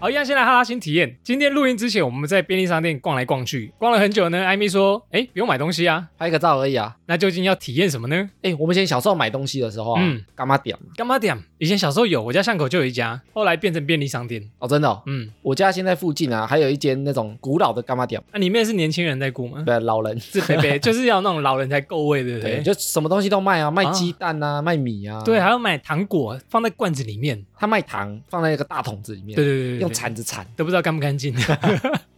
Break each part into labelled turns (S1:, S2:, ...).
S1: 好，一样先来哈拉新体验。今天录音之前，我们在便利商店逛来逛去，逛了很久呢。艾米说：“哎，不用买东西啊，
S2: 拍个照而已啊。
S1: 那究竟要体验什么呢
S2: 哎、我们以前小时候买东西的时候啊，
S1: 嗯
S2: 干妈点嘛？”
S1: 干嘛点？以前小时候有，我家巷口就有一家，后来变成便利商店。
S2: 哦，真的、哦，
S1: 嗯，
S2: 我家现在附近啊，还有一间那种古老的干妈点，
S1: 那、里面是年轻人在顾吗？
S2: 对，老人，
S1: 是北北， 就是要那种老人才够味，对不
S2: 对，
S1: 对？
S2: 就什么东西都卖啊，卖鸡蛋啊，卖米啊，
S1: 对，，还要买糖果放在罐子里面。
S2: 他卖糖放在一个大桶子里面，
S1: 对对对对对，
S2: 用铲子铲，
S1: 都不知道干不干净。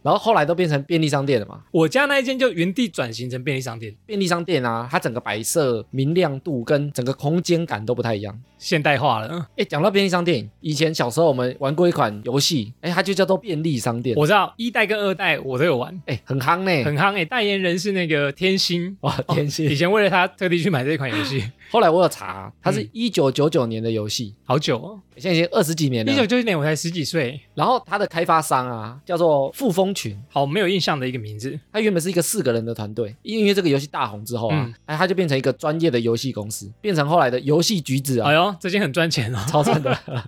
S2: 然后后来都变成便利商店了嘛。
S1: 我家那一间就原地转型成便利商店，
S2: 便利商店啊，它整个摆设、明亮度跟整个空间感都不太一样。
S1: 现代化了。嗯
S2: 哎，讲到便利商店，以前小时候我们玩过一款游戏，哎，它就叫做便利商店，
S1: 我知道一代跟二代我都有玩，
S2: 哎，很夯呢。
S1: 很哦夯诶、代言人是那个天心，
S2: 哇，天
S1: 以
S2: 蝎！
S1: 前为了他特地去买这款游戏，
S2: 后来我有查，它是
S1: 嗯
S2: 一九九九年的游戏，
S1: 好久哦，
S2: 现在已经二十几年了
S1: 一。九九九年我才十几岁，
S2: 然后它的开发商啊，叫做富丰群，
S1: 好没有印象的一个名字。
S2: 它原本是一个四个人的团队，因为这个游戏大红之后啊
S1: 嗯，
S2: 哎、它就变成一个专业的游戏公司，变成后来的游戏橘子啊
S1: 哎，呦，这间很赚钱哦，
S2: 超赞的。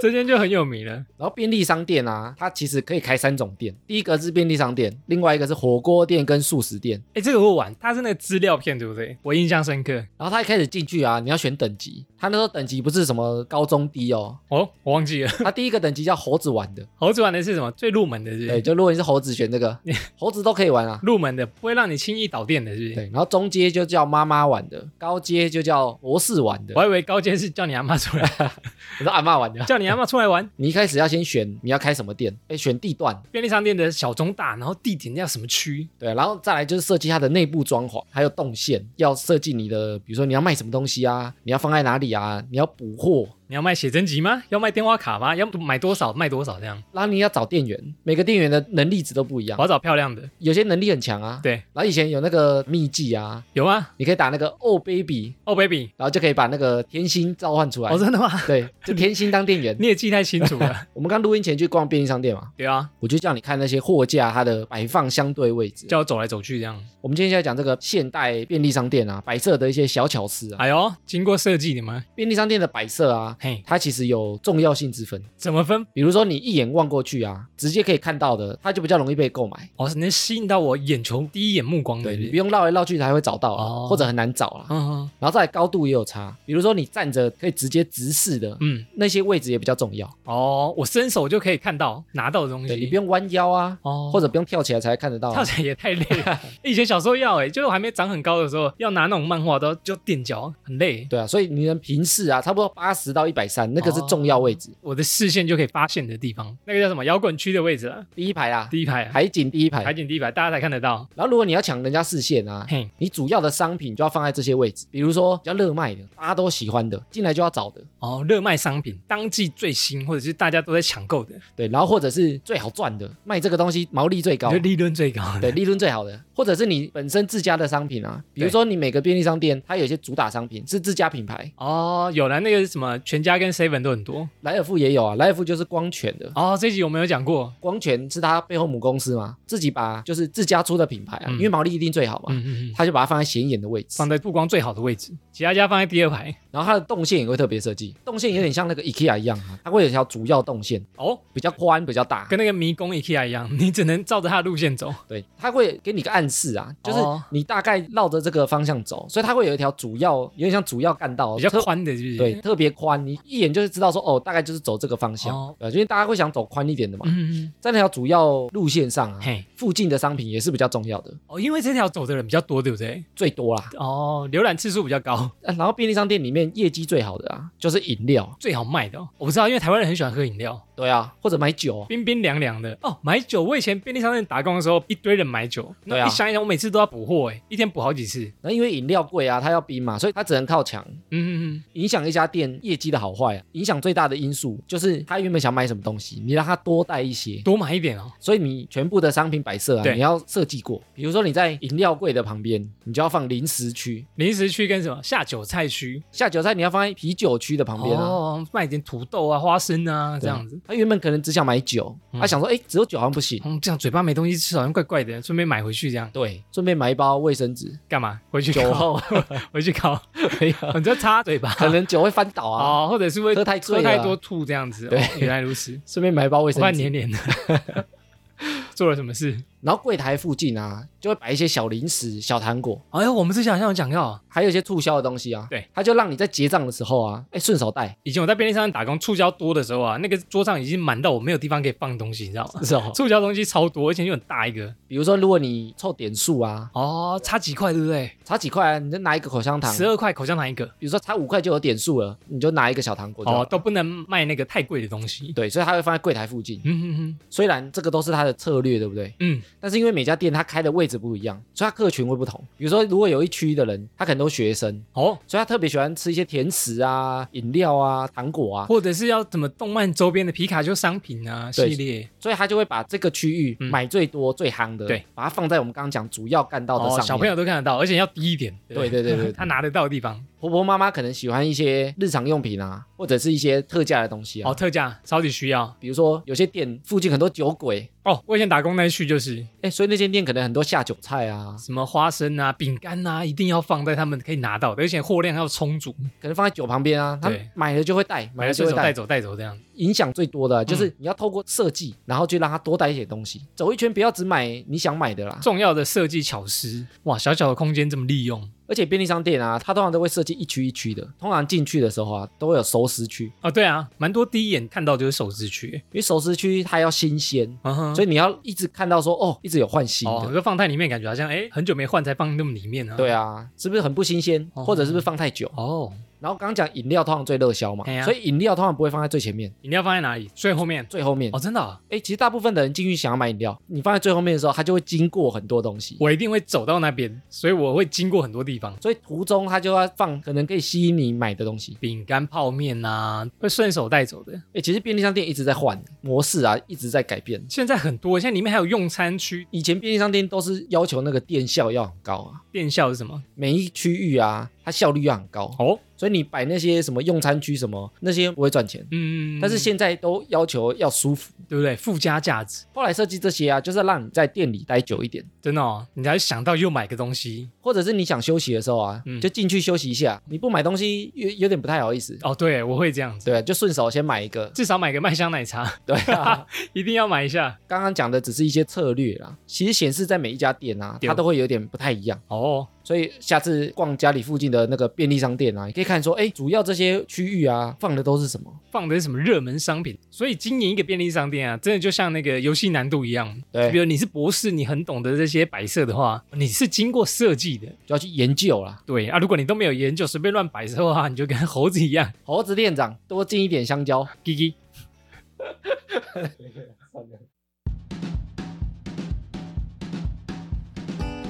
S1: 这间就很有名了。
S2: 然后便利商店啊，它其实可以开三种店，第一个是便利商店，另外一个是火锅店跟素食店。
S1: 哎，这个我玩，它是那个资料片对不对？我印象深刻。
S2: 然后他一开始进去啊，你要选等级，他那时候等级不是什么高中低哦，
S1: 哦，我忘记了，
S2: 他第一个等级叫猴子玩的，
S1: 猴子玩的是什么？最入门的是不是
S2: 对，就如果你是猴子选 这个，猴子都可以玩啊。
S1: 入门的，不会让你轻易倒店的，是不是？
S2: 对，然后中阶就叫妈妈玩的，高阶就叫博士玩的，
S1: 我还以为高阶是叫你阿妈出来，
S2: 我是阿嬷玩的。
S1: 叫你阿妈出来玩
S2: 你一开始要先选你要开什么店，哎，选地段，
S1: 便利商店的小中大，然后地点要什么区？
S2: 对，然后再来就是设计它的内部装潢，还有动线，要设计你的，比如说你要卖什么东西啊，你要放在哪里啊，你要补货，
S1: 你要卖写真集吗？要卖电话卡吗？要买多少卖多少这样？
S2: 然后你要找店员，每个店员的能力值都不一样
S1: 我，要找漂亮的，
S2: 有些能力很强啊，
S1: 对，
S2: 然后以前有那个秘技啊，
S1: 有吗？
S2: 你可以打那个 Oh Baby，
S1: 哦、baby，
S2: 然后就可以把那个天星召唤出来。
S1: 哦真的吗？
S2: 对，就天星当店员。
S1: 你也记太清楚 了，
S2: 我们刚录音前去逛便利商店嘛，
S1: 对啊，
S2: 我就叫你看那些货架它的摆放相对位置。
S1: 叫我走来走去这样。
S2: 我们今天就要讲这个现代便利商店啊，摆设的一些小巧思啊。
S1: 哎呦，经过设计的吗？
S2: 便利商店的摆设啊，
S1: 嘿，
S2: 它其实有重要性之分。
S1: 怎么分？
S2: 比如说你一眼望过去啊，直接可以看到的，它就比较容易被购买。
S1: 哦，能吸引到我眼球第一眼目光的
S2: 对
S1: 是不
S2: 你
S1: 是。
S2: 不用绕来绕去才会找到
S1: 嗯
S2: 啊、
S1: 哦
S2: 或者很难找啦、
S1: 嗯嗯
S2: 然后再来高度也有差，比如说你站着可以直接直视的，
S1: 嗯，
S2: 那些位置也比较重要，
S1: 哦，我伸手就可以看到拿到的东西。
S2: 对你不用弯腰啊，
S1: 嗯哦，
S2: 或者不用跳起来才看得到
S1: 跳
S2: 啊、
S1: 起来也太累 了。以前小时候要哎、就是我还没长很高的时候，要拿那种漫画刀就垫脚，很累。
S2: 对啊，所以你能平视啊，差不多八十到一百三，那个是
S1: 哦
S2: 重要位置，
S1: 我的视线就可以发现的地方，那个叫什么摇滚区的位置啊，
S2: 第一排啦，
S1: 第一排、啊，
S2: 海景第一排。
S1: 海景第一排，大家才看得到。
S2: 然后如果你要抢人家视线啊，
S1: 嘿，
S2: 你主要的商品就要放在这些位置，比如说比较热卖的，大家都喜欢的，进来就要找的，
S1: 哦，热卖商品，当季最新或者是大家都在抢购的，
S2: 对，然后或者是最好赚的，卖这个东西毛利最高
S1: 就。利润最高的。
S2: 对，利润最好的，或者是你本身自家的商品啊，比如
S1: 对
S2: 说你每个便利商店，它有一些主打商品是自家品牌，
S1: 哦，有了那个什么全家跟 seven 都很多。
S2: 莱尔富也有啊，莱尔富就是光泉的，
S1: 哦，这集我们有讲过。
S2: 光泉是他背后母公司嘛，自己把就是自家出的品牌啊，
S1: 嗯
S2: 因为毛利一定最好嘛，
S1: 嗯嗯嗯。
S2: 他就把它放在显眼的位置
S1: 放。在曝光最好的位置，其他家放在第二排。
S2: 然后它的动线也会特别设计，动线有点像那个 IKEA 一样啊，它会有一条主要动线，
S1: 哦，
S2: 比较宽，比较大。
S1: 跟那个迷宫 IKEA 一样，你只能照着它的路线走。
S2: 对，它会给你个暗示啊，就是
S1: 哦
S2: 你大概绕着这个方向走，所以它会有一条主要，有点像主要干道，
S1: 比较
S2: 特
S1: 宽的，是不是？
S2: 对，，特别宽，你一眼就是知道说哦，大概就是走这个方向，
S1: 哦
S2: 对，因为大家会想走宽一点的嘛，
S1: 嗯，
S2: 在那条主要路线上啊，
S1: 嘿，
S2: 附近的商品也是比较重要的，
S1: 哦，因为这条走的人比较多，对不对？
S2: 最多啦。
S1: 哦，浏览次数比较高，
S2: 啊然后便利商店里面业绩最好的啊，就是饮料，
S1: 最好卖的、哦。我不知道，因为台湾人很喜欢喝饮料，
S2: 对啊，或者买酒啊，
S1: 冰冰凉凉的。哦，买酒，我以前便利商店打工的时候，一堆人买酒，
S2: 对
S1: 那
S2: 啊
S1: 一箱一箱，我每次都要补货，哎，一天补好几次。
S2: 那因为饮料贵啊，它要冰嘛，所以它只能靠抢。
S1: 嗯嗯
S2: 影响一家店业绩的好坏啊，影响最大的因素就是他原本想买什么东西，你让他多带一些
S1: 嗯，。多买一点哦。
S2: 所以你全部的商品摆设啊，
S1: 对
S2: 你要设计过。比如说你在饮料柜的旁边，你就要放零食区；
S1: 零食区跟什么下酒菜区，
S2: 下酒菜你要放在啤酒区的旁边啊。
S1: 哦，卖点土豆啊、花生啊这
S2: 对啊
S1: 样子。
S2: 他原本可能只想买酒，
S1: 嗯
S2: 他想说，哎，只有酒好像不行，
S1: 嗯，这样嘴巴没东西吃，好像怪怪的，顺便买回去这样
S2: 对，顺便买一包卫 生纸。
S1: 干嘛？回去
S2: 酒
S1: 烤，
S2: 后
S1: 回去烤，
S2: 没有，
S1: 你就擦嘴巴。
S2: 可能酒会翻倒啊，
S1: 哦，或者是会
S2: 喝太醉
S1: 喝太
S2: 了
S1: 多吐这样子。
S2: 对
S1: 哦原来如 此。
S2: 顺便买包卫
S1: 我
S2: 生
S1: 看
S2: 纸
S1: 黏。黏的， 做了什么事？
S2: 然后柜台附近啊，就会摆一些小零食、小糖果，
S1: 哎呦，我们之前好像有讲到，
S2: 还有一些促销的东西啊。
S1: 对，
S2: 他就让你在结账的时候啊，哎，顺手带，
S1: 以前我在便利商店打工，触胶多的时候啊，那个桌上已经满到我没有地方可以放东西，你知道吗？
S2: 是哦。
S1: 触胶东西超多，而且又很大一个，
S2: 比如说，如果你凑点数啊，
S1: 哦，差几块对不对？
S2: 差几块、啊，你就拿一个口香糖，
S1: 十二块口香糖一个，
S2: 比如说差五块就有点数了，你就拿一个小糖果就好
S1: 哦，都不能卖那个太贵的东西。
S2: 对，所以他会放在柜台附近。
S1: 嗯哼哼，
S2: 虽然这个都是他的策略，对不对？
S1: 嗯，
S2: 但是因为每家店他开的位置不一样，所以他客群会不同。比如说，如果有一区的人，他可能都学生，
S1: 哦，
S2: 所以他特别喜欢吃一些甜食啊、饮料啊、糖果啊，
S1: 或者是要怎么动漫周边的皮卡丘商品啊系
S2: 对
S1: 列，
S2: 所以他就会把这个区域买最多、最夯的，
S1: 嗯对，
S2: 把它放在我们刚刚讲主要干道的上
S1: 哦，
S2: 面。
S1: 小朋友都看得到，而且要低一点。
S2: 对对对 对
S1: 他拿得到的地方，
S2: 婆婆妈妈可能喜欢一些日常用品啊，或者是一些特价的东西啊。
S1: 哦，特价超级需要。
S2: 比如说，有些店附近很多酒鬼，
S1: 哦，我以前打工那一区就是
S2: 哎，所以那间店可能很多下酒菜啊，
S1: 什么花生啊、饼干啊，一定要放在他们可以拿到的，而且货量要充足，
S2: 可能放在酒旁边啊，他
S1: 对
S2: 买了就会带，
S1: 买
S2: 买了
S1: 了
S2: 就
S1: 顺手带
S2: 会
S1: 嗯
S2: 带。
S1: 走带走这样。
S2: 影响最多的就是你要透过设计，然后去让他多带一些东西，走一圈不要只买你想买的啦。
S1: 重要的设计巧思，哇，小小的空间这么利用
S2: 而且便利商店啊，它通常都会设计一区一区的，通常进去的时候啊，都会有熟食区，
S1: 哦，对啊，蛮多第一眼看到就是手指区，
S2: 因为熟食区它要新鲜。
S1: 嗯哼，
S2: 所
S1: 以
S2: 以你要一直看到说哦，一直有换新的，
S1: 哦，这放太里面感觉好像哎，很久没换才放那么里面啊。，
S2: 对啊，是不是很不新鲜，
S1: 哦
S2: 或者是不是放太久？
S1: 哦，
S2: 然后刚刚讲饮料通常最热销嘛
S1: 哎，呀
S2: 所以饮料通常不会放在最前面，
S1: 饮料放在哪里？最后面。
S2: 最后面。
S1: 哦，真的啊、
S2: 哎，其实大部分的人进去想要买饮料，你放在最后面的时候，他就会经过很多东西，
S1: 我一定会走到那边，所以我会经过很多地方，
S2: 所以途中他就要放可能可以吸引你买的东西。
S1: 饼干、泡面啊，会顺手带走的。
S2: 哎，其实便利商店一直在换模式啊，一直在改变。
S1: 现在很多，现在里面还有用餐区，
S2: 以前便利商店都是要求那个店效要很高啊，
S1: 电效是什么？
S2: 每一区域啊，它效率要很高，
S1: 哦，
S2: 所以你摆那些什么用餐区什么那些不会赚钱。
S1: 嗯，
S2: 但是现在都要求要舒服，
S1: 对不对？附加价值，
S2: 后来设计这些啊，就是让你在店里待久一点，
S1: 真的哦，你才想到又买个东西
S2: 或者是你想休息的时候啊，
S1: 嗯
S2: 就进去休息一下。你不买东西有有点不太好意思，
S1: 哦。对，我会这样子，
S2: 对，就顺手先买一个。
S1: 至少买个麦香奶茶，
S2: 对 啊，
S1: 一定要买一下
S2: 刚刚讲的只是一些策略啦，其实显示在每一家店啊，
S1: 对
S2: 它都会有点不太一样。
S1: 哦。
S2: 所以下次逛家里附近的那个便利商店啊，你可以看说，哎，主要这些区域啊放的都是什么？
S1: 放的是什么热门商品？所以经营一个便利商店啊，真的就像那个游戏难度一样。
S2: 对
S1: 比如你是博士，你很懂得这些摆设的话，你是经过设计的。
S2: 就要去研究啦。
S1: 对啊，如果你都没有研究，随便乱摆设的话，你就跟猴子一样，
S2: 猴子店长多进一点香蕉，
S1: 叽叽。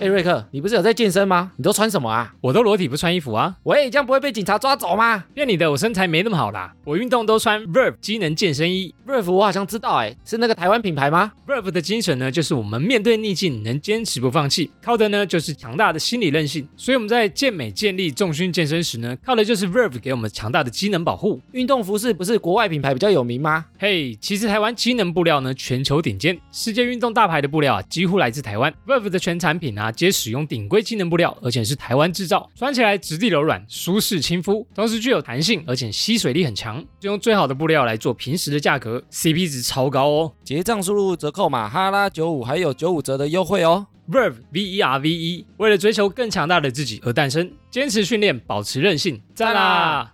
S2: 哎，瑞克，你不是有在健身吗？你都穿什么啊？
S1: 我都裸体不穿衣服啊，
S2: 喂，这样不会被警察抓走吗
S1: 骗你的，我身材没那么好啦。我运动都穿 Verve 机能健身衣。
S2: ？Rev，我好像知道、哎，是那个台湾品牌吗？
S1: Verve 的精神呢，就是我们面对逆境能坚持不放弃，靠的呢就是强大的心理韧性。所以我们在健美、健力、重训、健身时呢，靠的就是 Verve 给我们强大的机能保护。
S2: 运动服饰不是国外品牌比较有名吗？
S1: 嘿其实台湾机能布料呢，全球顶尖，世界运动大牌的布料啊，几乎来自台湾。Verve 的全产品啊，皆使用顶规机能布料，而且是台湾制造，穿起来质地柔软、舒适亲肤，同时具有弹性，而且吸水力很强。就用最好的布料来做平时的价格，CP 值超高哦。
S2: 结账输入折扣码哈拉九五，还有九五折的优惠哦。
S1: Verve V E R V E，为了追求更强大的自己而诞生，坚持训练，保持韧性，赞啦！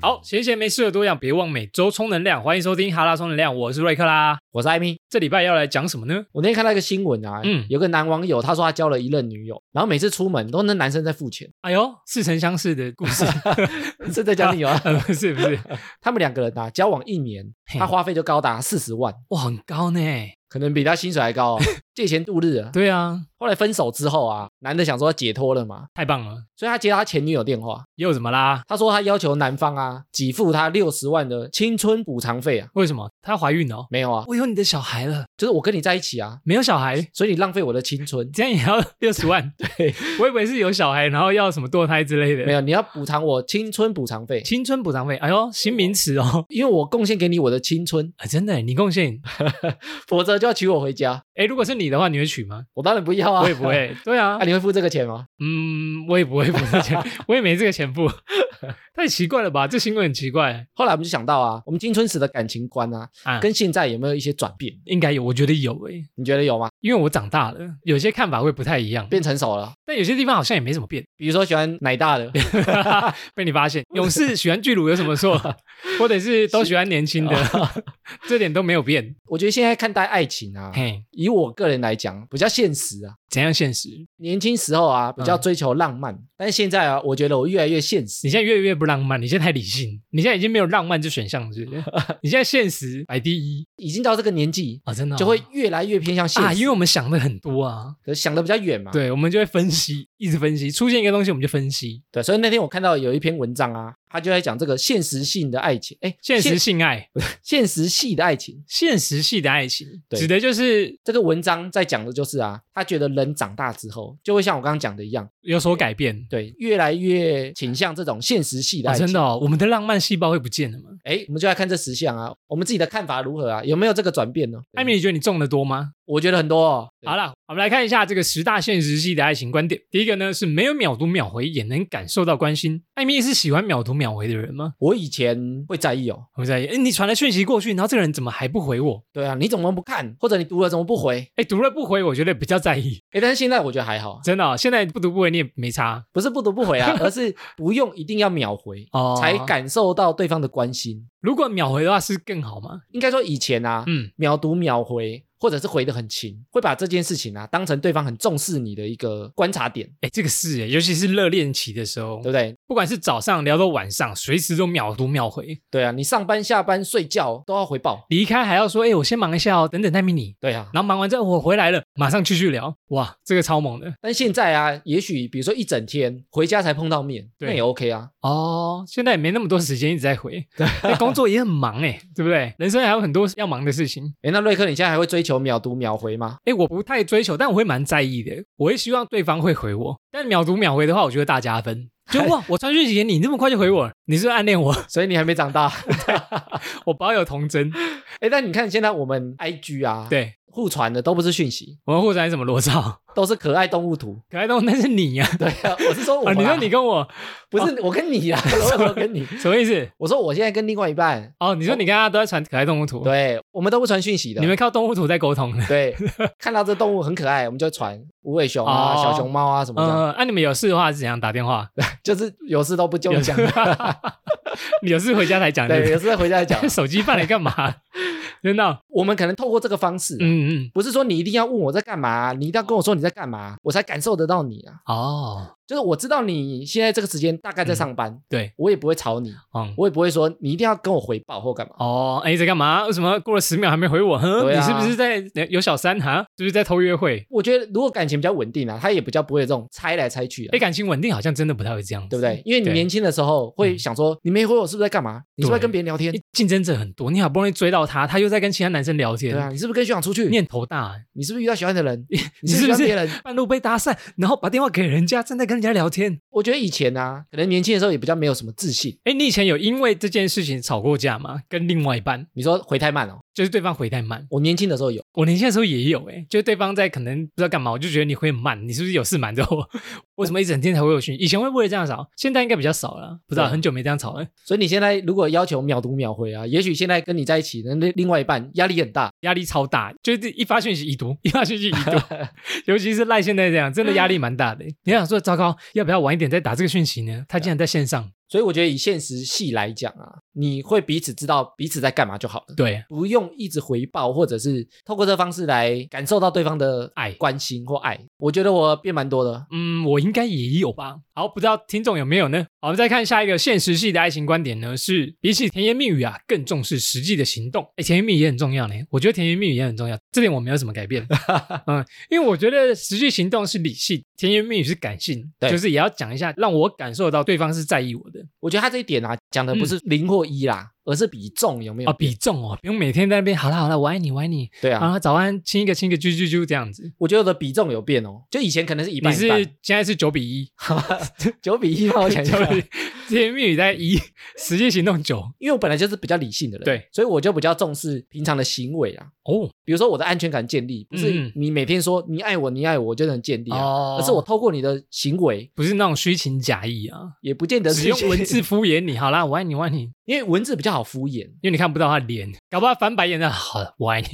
S1: 好，闲闲没事的多样，别忘每周充能量。欢迎收听哈拉充能量，我是瑞克啦。
S2: 我是艾米，
S1: 这礼拜要来讲什么呢？
S2: 我那天看到一个新闻啊，
S1: 嗯
S2: 有个男网友他说他交了一任女友，然后每次出门都那男生在付钱，
S1: 哎呦，似曾相识的故 事，
S2: 是在讲你 啊？
S1: 呃不是不是，
S2: 他们两个人啊交往一年，
S1: 嘿
S2: 他花费就高达四十万，
S1: 哇，很高呢。
S2: 可能比他薪水 还高、哦，借钱度日啊。
S1: 对啊，
S2: 后来分手之后啊，男的想说解脱了嘛，
S1: 太棒了，
S2: 所以他接到他前女友电话，
S1: 又怎么啦？
S2: 他说他要求男方啊给付他六十万的青春补偿费啊，
S1: 为什么她怀孕了、哦？
S2: 没有啊，
S1: 我有你的小孩了，
S2: 就是我跟你在一起啊，
S1: 没有小孩，
S2: 所以你浪费我的青春。
S1: 这样也要 六十万？
S2: 对，
S1: 我以为是有小孩，然后要什么堕胎之类的。
S2: 没有，你要补偿我青春补偿费，
S1: 青春补偿费，哎呦，新名词哦，哎
S2: 因为我贡献给你我的青春，
S1: 啊、真的耶，你贡献，
S2: 否则就要娶我回家，
S1: 哎，如果是你的话，你会娶吗？
S2: 我当然不要啊，
S1: 我也不。 会。对啊
S2: 啊，，你会付这个钱吗？
S1: 嗯，我也不会付这钱， 我也没这个钱付。太奇怪了吧？这新闻很奇怪
S2: 后来我们就想到啊，我们青春时的感情观啊，
S1: 啊，
S2: 跟现在有没有一些转变？
S1: 应该有，我觉得有诶、
S2: 你觉得有吗？
S1: 因为我长大了，有些看法会不太一样，
S2: 变成熟了，
S1: 但有些地方好像也没怎么变。
S2: 比如说喜欢奶大的，
S1: 被你发现，勇士喜欢巨乳有什么错？ 或者是都喜欢年轻的， 这点都没有变。
S2: 我觉得现在看待爱情啊，
S1: 嘿，
S2: 以我个人来讲，比较现实啊。
S1: 怎样现实？
S2: 年轻时候啊，比较
S1: 嗯
S2: 追求浪漫，但是现在啊，我觉得我越来越现实。
S1: 你现在越来越不浪漫，你现在太理性，你现在已经没有浪漫这选项，是 不是？你现在现实摆第一
S2: 已经到这个年纪，
S1: 啊、真的哦、
S2: 就会越来越偏向现
S1: 啊，
S2: 实，
S1: 因为我们想的很多啊，
S2: 可是想的比较远嘛。
S1: 对，我们就会分析，一直分析，出现一个东西我们就分析，
S2: 对，所以那天我看到有一篇文章啊，他就在讲这个现实性的爱情，哎，
S1: 现实性爱，
S2: 现实系的爱情。
S1: 现实系的爱情，
S2: 对
S1: 指的就是
S2: 这个文章在讲的就是啊，他觉得人长大之后就会像我刚刚讲的一样，
S1: 有所改变。
S2: 对，越来越倾向这种现实系的
S1: 啊、
S2: 爱情。
S1: 真的、哦，我们的浪漫细胞会不见了吗？
S2: 哎，我们就来看这十项啊，我们自己的看法如何啊？有没有这个转变呢？
S1: 艾米，，你觉得你中的多吗？
S2: 我觉得很多、哦。
S1: 好了，我们来看一下这个十大现实系的爱情观点。第一个呢是没有秒读秒回也能感受到关心。艾米是喜欢秒读秒回的人吗？
S2: 我以前会在意哦，
S1: 我在意，哎，你传了讯息过去，然后这个人怎么还不回我？
S2: 对啊，你怎么不看？或者你读了怎么不回？
S1: 哎，读了不回，我觉得比较在意。
S2: 哎，但是现在我觉得还好，
S1: 真的哦、现在不读不回你也没差
S2: 不是不读不回啊，而是不用一定要秒回，
S1: 哦
S2: 才。感受到对方的关心。
S1: 如果秒回的话是更好吗？
S2: 应该说以前啊，
S1: 嗯，
S2: 秒读秒回。或者是回得很勤，会把这件事情啊当成对方很重视你的一个观察点，
S1: 哎，这个是哎，尤其是热恋期的时候
S2: 对，不对？
S1: 不管是早上聊到晚上，随时都秒读秒回。
S2: 对啊，你上班、下班、睡觉都要回报，
S1: 离开还要说，哎，我先忙一下哦，等等艾米你。
S2: 对啊。
S1: 然后忙完之后我回来了，马上继续聊。哇，这个超猛的。
S2: 但现在啊，也许比如说一整天回家才碰到面，
S1: 对
S2: 那也 OK 啊。
S1: 哦，现在也没那么多时间一直在回，那工作也很忙哎、对不对？人生还有很多要忙的事情。
S2: 诶，那瑞克，你现在还会追求秒读秒回吗？
S1: 哎，我不太追求，但我会蛮在意的。我会希望对方会回我，但秒读秒回的话，我觉得大加分。就哇，我传讯息给你，你这么快就回我，你是不是暗恋我？
S2: 所以你还没长大。
S1: 我保有童真。
S2: 诶，但你看现在我们 IG 啊，，
S1: 对，
S2: 互传的都不是讯息，
S1: 我们互传什么裸照？
S2: 都是可爱动物图。
S1: 可爱动物那是你呀、啊。
S2: 对啊，我是说我、
S1: 你说你，跟哦我
S2: 不是我跟你啊， 我跟你。
S1: 什么意思？
S2: 我说我现在跟另外一半，
S1: 哦，你说你跟他都在传可爱动物图，
S2: 对我们都不传讯息的。
S1: 哦你们靠动物图在沟通的。
S2: 对，看到这动物很可爱，我们就传无尾熊啊、
S1: 哦
S2: 小熊猫啊什么的，
S1: 呃，那、你们有事的话是怎样打电话？
S2: 就是有事都不就讲。
S1: 你有事回家才 讲。对不
S2: 对，
S1: 对。
S2: 有事回家讲
S1: 手机放来干嘛？ 真的，
S2: 我们可能透过这个方式，
S1: 嗯嗯，
S2: 不是说你一定要问我在干嘛、你一定要跟我说你在干嘛、我才感受得到你啊。
S1: 哦，
S2: 就是我知道你现在这个时间大概在上班，
S1: 嗯对，
S2: 我也不会吵你，
S1: 嗯，
S2: 我也不会说你一定要跟我回报或干嘛。
S1: 哦，哎，在干嘛？为什么过了十秒还没回我？哼，
S2: 对
S1: 你
S2: 啊
S1: 是不是在有小三哈？是不是在偷约会？
S2: 我觉得如果感情比较稳定啊，他也比较不会有这种猜来猜去、啊
S1: 哎，，感情稳定好像真的不太会这样子，
S2: 对不对？？因为你
S1: 对嗯
S2: 年轻的时候会想说，你没回我是不是在干嘛？你是不是在跟别人聊天？
S1: 哎竞争者很多，你好不容易追到他，他又在跟其他男生聊
S2: 对啊，
S1: 天，
S2: 你是不是跟学长出去？
S1: 念头大，
S2: 你是不是遇到喜欢的人？你
S1: 你是
S2: 喜
S1: 不
S2: 欢
S1: 是
S2: 别人？
S1: 半路被搭讪，然后把电话给人家，正在跟人家聊天。
S2: 我觉得以前啊，可能年轻的时候也比较没有什么自信。
S1: 哎，你以前有因为这件事情吵过架吗？跟另外一半，
S2: 你说回太慢哦，
S1: 就是对方回太慢。
S2: 我年轻的时候有，
S1: 我年轻的时候也有哎、欸，就是对方在可能不知道干嘛，我就觉得你回很慢，你是不是有事瞒着我？ 为什么一整天才会有讯息？以前会不会这样吵，现在应该比较少了，不知道
S2: 对啊
S1: 很久没这样吵了，
S2: 所以你现在如果要求秒读秒回啊，也许现在跟你在一起的那另外一半压力很大，
S1: 压力超大，就是一发讯息已读， 一发讯息已读，尤其是赖现在这样，真的压力蛮大的欸、你想说糟糕，要不要晚一点再打这个讯息呢？他竟然在线上，
S2: 所以我觉得以现实系来讲啊，你会彼此知道彼此在干嘛就好了。
S1: 对，
S2: 不用一直回报，或者是透过这方式来感受到对方的
S1: 爱
S2: 关心或爱。我觉得我变蛮多的，
S1: 嗯，我应该也有吧。好，不知道听众有没有呢？好，我们再看下一个现实系的爱情观点呢，是比起甜言蜜语啊，更重视实际的行动。哎，甜言蜜语也很重要呢，我觉得甜言蜜语也很重要，这点我没有什么改变。嗯，因为我觉得实际行动是理性，甜言蜜语是感性，
S2: 对
S1: 就是也要讲一下，让我感受到对方是在意我的。
S2: 我觉得他这一点啊讲的不是零或一啦，而是比重有没有
S1: 啊，比重嗯哦，不用每天在那边好啦好啦，我爱你我爱你，
S2: 对啊，
S1: 然后早安亲一个亲一个啾啾啾这样子。
S2: 我觉得我的比重有变哦，就以前可能是一
S1: 你
S2: 半
S1: 是
S2: 一半，
S1: 现在是九 比一，
S2: 九比一嘛，我想一下
S1: 九，比甜言蜜语在一，实际行动九
S2: 因为我本来就是比较理性的人，
S1: 对，
S2: 所以我就比较重视平常的行为啊，
S1: 哦
S2: 比如说我的安全感建立，不
S1: 嗯
S2: 是你每天说你爱我你爱我就能建立啊，
S1: 哦
S2: 而是我透过你的行为，
S1: 不是那种虚情假意啊，
S2: 也不见得是
S1: 只用文字，敷衍你。好啦，我爱你我爱你，
S2: 因为文字比较好敷衍，
S1: 因为你看不到他的脸，搞不好翻白眼的，好了，我爱 你，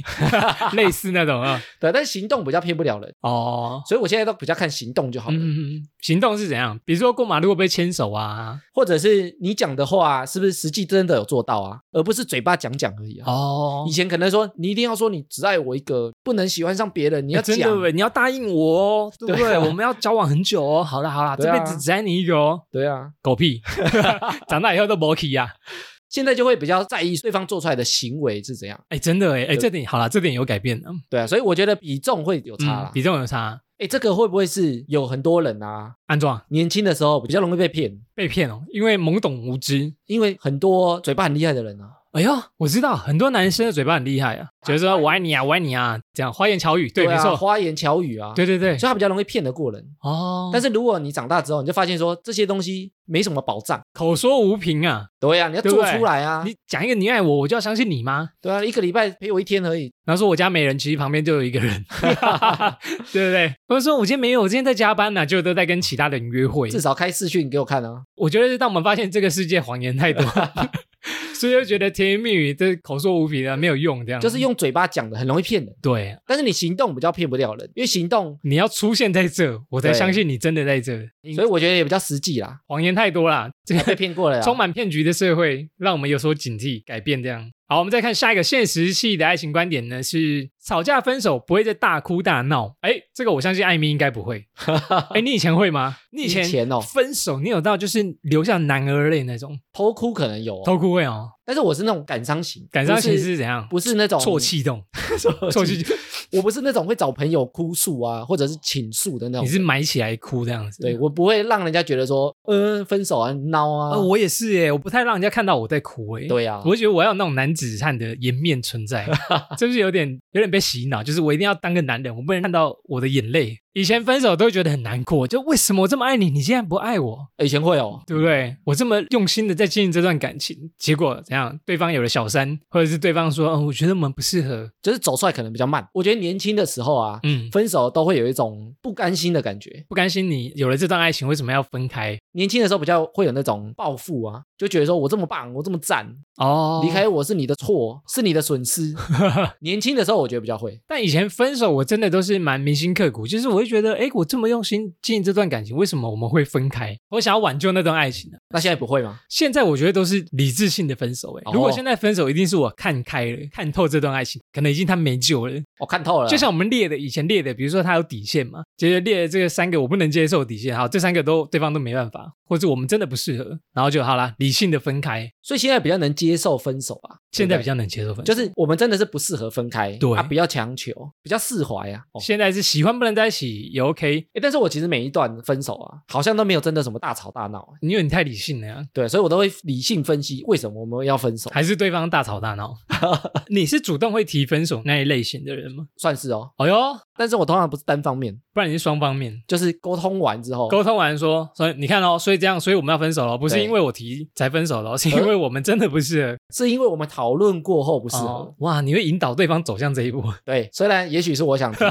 S1: 类似那种啊。
S2: 对，但行动比较骗不了人，
S1: 哦，
S2: 所以我现在都比较看行动就好了，
S1: 嗯，嗯嗯行动是怎样？比如说过马路会不会牵手啊？
S2: 或者是你讲的话、啊是不是实际真的有做到啊，而不是嘴巴讲讲而已啊。
S1: 哦
S2: 以，前可能说你一定要说你只爱我一个，不能喜欢上别人，你要
S1: 哎真
S2: 讲，
S1: 的，你要答应我哦，对不
S2: 对
S1: 对？
S2: 啊
S1: 我们要交往很久哦。好啦好啦，这
S2: 对啊
S1: 辈子只爱你一个哦。
S2: 对啊。
S1: 狗 屁，长大以后都没啊起呀。
S2: 现在就会比较在意对方做出来的行为是怎样，
S1: 哎，真的哎哎，这点好啦，这点有改变了，
S2: 对啊，所以我觉得比重会有差
S1: 嗯
S2: 啦，。
S1: 比重有差。
S2: 哎、这个会不会是有很多人啊，
S1: 安装
S2: 年轻的时候比较容易被骗，
S1: 被骗哦，因为懵懂无知。
S2: 因为很多嘴巴很厉害的人啊，
S1: 哎呦，我知道很多男生的嘴巴很厉害啊，觉得说我爱你啊，我爱你啊，这样花言巧语。对，没
S2: 哎啊，
S1: 错，
S2: 花言巧语啊，，
S1: 对对对
S2: 所以。他比较容易骗得过人。
S1: 哦，
S2: 但
S1: 是
S2: 是如果你长大之后，你就发现说这些东西没什么保障，
S1: 口说无凭啊，
S2: 对啊，你要
S1: 对
S2: 做
S1: 不对
S2: 出来啊，
S1: 你讲一个你爱我，我就要相信你吗？
S2: 对啊，一个礼拜陪我一天而已，
S1: 然后说我家没人，其实旁边就有一个 人， 对不对？或者说我今天没有，我今天在加班呢、就都在跟其他人约会。
S2: 至少开视讯给我看啊，
S1: 我觉得是当我们发现这个世界谎言太多， 所以就觉得甜言蜜语这口说无凭的啊没有用，这样
S2: 就是用嘴巴讲的很容易骗人，
S1: 对，
S2: 但是你行动比较骗不了人，因为行动，
S1: 你要出现在这，我才
S2: 对
S1: 相信你真的在这。
S2: 所以我觉得也比较实际啦，
S1: 谎言太多啦，这
S2: 还被
S1: 个
S2: 骗过了
S1: 充
S2: 啊。
S1: 满骗局的社会，让我们有所警惕，改变这样。好，我们再看下一个现实系的爱情观点呢，是吵架分手不会再大哭大闹。哎，这个我相信艾米应该不 会。哎，你以前会吗？你以前
S2: 以前哦
S1: 分手你有到就是流下男儿泪那种，
S2: 偷哭可能有哦、
S1: 偷哭会哦，
S2: 但是我是那种感伤型，
S1: 感伤型
S2: 不
S1: 是怎样？
S2: 不是那种
S1: 啜，气 动，啜
S2: 啜
S1: 气
S2: 气，
S1: 就，
S2: 我不是那种会找朋友哭诉啊，或者是倾诉的那种
S1: 你。是埋起来哭这样子。
S2: 对我不会让人家觉得说，嗯、分手啊，闹啊，
S1: 啊，我也是耶，我不太让人家看到我在哭哎。
S2: 对啊，
S1: 我会觉得我要有那种男子汉的颜面存在，是不是有点有点被洗脑？就是我一定要当个男人，我不能看到我的眼泪。以前分手都会觉得很难过，就为什么我这么爱你，你竟然不爱我，
S2: 以前会哦，
S1: 对不对？我这么用心的在经营这段感情，结果怎样？对方有了小三，或者是对方说，嗯，我觉得我们不适合，
S2: 就是走出来可能比较慢。我觉得年轻的时候啊，
S1: 嗯，
S2: 分手都会有一种不甘心的感觉。
S1: 不甘心你有了这段爱情，为什么要分开？
S2: 年轻的时候比较会有那种报复啊，就觉得说我这么棒，我这么赞，
S1: 哦
S2: 离。开我是你的错，是你的 损失。年轻的时候我觉得比较会，
S1: 但以前分手，我真的都是蛮铭心刻骨，就是我会觉得，哎，我这么用心经营这段感情，为什么我们会分开？我想要挽救那段爱情啊
S2: 那现在不会吗？
S1: 现在我觉得都是理智性的分手、欸。
S2: 哦
S1: 如果现在分手，一定是我看开了，看透这段爱情，可能已经他没救了。
S2: 我、看透了啊，
S1: 就像我们列的以前列的，比如说他有底线嘛，就是列了这个三个我不能接受的底线，好，这三个都对方都没办法，或者我们真的不适合，然后就好啦，理性的分开。
S2: 所以现在比较能接受分手啊吧。
S1: 现在
S2: 对不对
S1: 比较能接受分手，
S2: 就是我们真的是不适合分开，
S1: 对
S2: 啊，比较强求，比较释怀啊。哦
S1: 现在是喜欢不能在一起也 OK，
S2: 诶但是我其实每一段分手啊，好像都没有真的什么大吵大闹，啊
S1: 因为你太理性了呀。
S2: 对，所以我都会理性分析为什么我们要分手，
S1: 还是对方大吵大 闹，你是主动会提分手那一类型的人吗？
S2: 算是哦。
S1: 哎呦，
S2: 但是我通常不是单方面，
S1: 不然你是双方面，
S2: 就是沟通完之后，
S1: 沟通完说，所以你看哦，所以这样，所以我们要分手了，不是
S2: 对
S1: 因为我提才分手 了，是因为我们真的不适 合。
S2: 是因为我们讨论过后不适合，
S1: 哦哇，你会引导对方走向这一步。
S2: 对，虽然也许是我想听，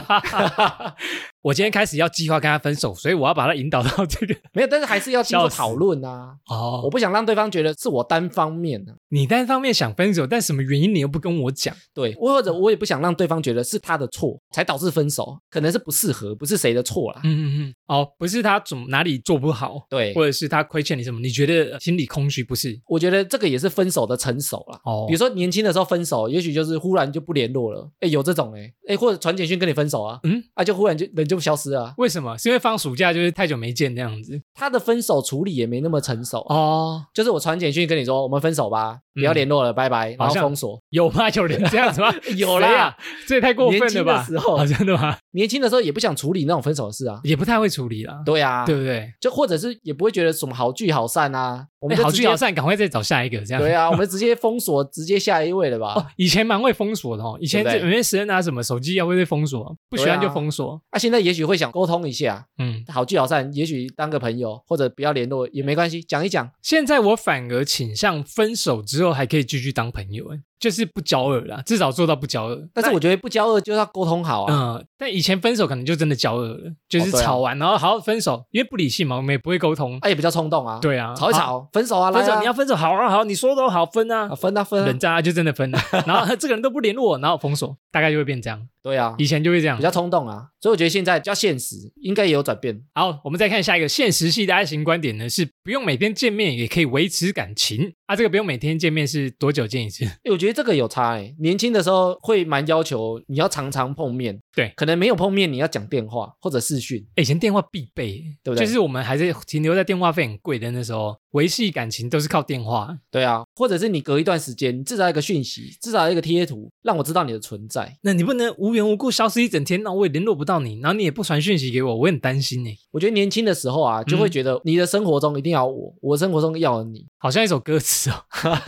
S1: 我今天开始要计划跟他分手，所以我要把他引导到这个。
S2: 没有，但是还是要经过
S1: 笑死
S2: 讨论啊。我
S1: 哦，
S2: 不想让对方觉得是我单方面的、啊，
S1: 你单方面想分手，但什么原因你又不跟我讲？
S2: 对，我或者我也不想让对方觉得是他的错才导致分手，可能是不适合，不是谁的错啦。
S1: 嗯嗯嗯，哦，不是他怎么哪里做不好，
S2: 对，
S1: 或者是他亏欠你什么，你觉得呃心里空虚，不是？
S2: 我觉得这个也是分手的成熟啦。
S1: 哦
S2: 比如，说年轻的时候分手，也许就是忽然就不联络了，哎，有这种哎，哎，或者传简讯跟你分手啊，
S1: 嗯
S2: 啊，就忽然就人就就消失了啊、
S1: 为什么？是因为放暑假就是太久没见那样子
S2: 他的分手处理也没那么成熟，啊
S1: 哦？
S2: 就是我传简讯跟你说我们分手吧，不要
S1: 嗯
S2: 联络了，拜拜，然
S1: 好
S2: 后
S1: 像
S2: 封锁。
S1: 有吗？有人这样子吗？ 谁
S2: 有啦
S1: 啊，这也太过分了
S2: 年哦轻的
S1: 吧？
S2: 时候
S1: 啊，，真的吗？
S2: 年轻的时候也不想处理那种分手的事啊。
S1: 也不太会处理啦，
S2: 对啊，
S1: 对不对？
S2: 就或者是也不会觉得什么好聚好散啊，我
S1: 我
S2: 们就
S1: 好
S2: 直
S1: 聚
S2: 接
S1: 好散，赶快再找下一个这样。
S2: 对啊，我们直接封锁，直接下一位了吧？
S1: 哦，以前蛮会封锁的哦，以前
S2: 对不
S1: 这
S2: 对
S1: 有些时间拿什么手机啊会被封锁，不喜欢
S2: 对
S1: 就
S2: 啊
S1: 封锁。
S2: 啊，现在也许会想沟通一下，
S1: 嗯，
S2: 好聚好散，也许当个朋友或者不要联络也没关系，讲一讲。
S1: 现在我反而倾向分手之后还可以继续当朋友，哎，就是不交恶啦，至少做到不交恶。
S2: 但是我觉得不交恶就是要沟通好啊，
S1: 嗯，但以前分手可能就真的交恶了，就是
S2: 哦对啊
S1: 吵完、然后好好分手，因为不理性嘛，我们也不会沟通。
S2: 啊也比较冲动啊，
S1: 对啊，
S2: 吵一
S1: 好，
S2: 吵，分手啊，
S1: 分
S2: 来
S1: 手
S2: 啊
S1: 你要分手，好啊好，你说都好分啊
S2: 啊，分啊分
S1: 冷
S2: 啊，
S1: 战啊就真的分了，然后这个人都不联络我，然后封锁，大概就会变这样。
S2: 对啊，
S1: 以前就会这样
S2: 比。较冲动啊，所以我觉得现在比较现实，应该也有转变。
S1: 好，我们再看下一个现实系的爱情观点呢，是不用每天见面也可以维持感情啊。这个不用每天见面是多久见一次？
S2: 诶我觉得这个有差诶，年轻的时候会蛮要求你要常常碰面，
S1: 对
S2: 可能没有碰面你要讲电话或者视讯，
S1: 欸以前电话必备，
S2: 对不对
S1: 就是我们还是停留在电话费很贵的那时候，维系感情都是靠电话。
S2: 对啊，或者是你隔一段时间，你至少一个讯息，至少一个贴图，让我知道你的存在。
S1: 那你不能无缘无故消失一整天，那我也联络不到你，然后你也不传讯息给我，我很担心呢。
S2: 我觉得年轻的时候啊，就
S1: 嗯
S2: 会觉得你的生活中一定要有我，我的生活中要有你，
S1: 好像一首歌词哦，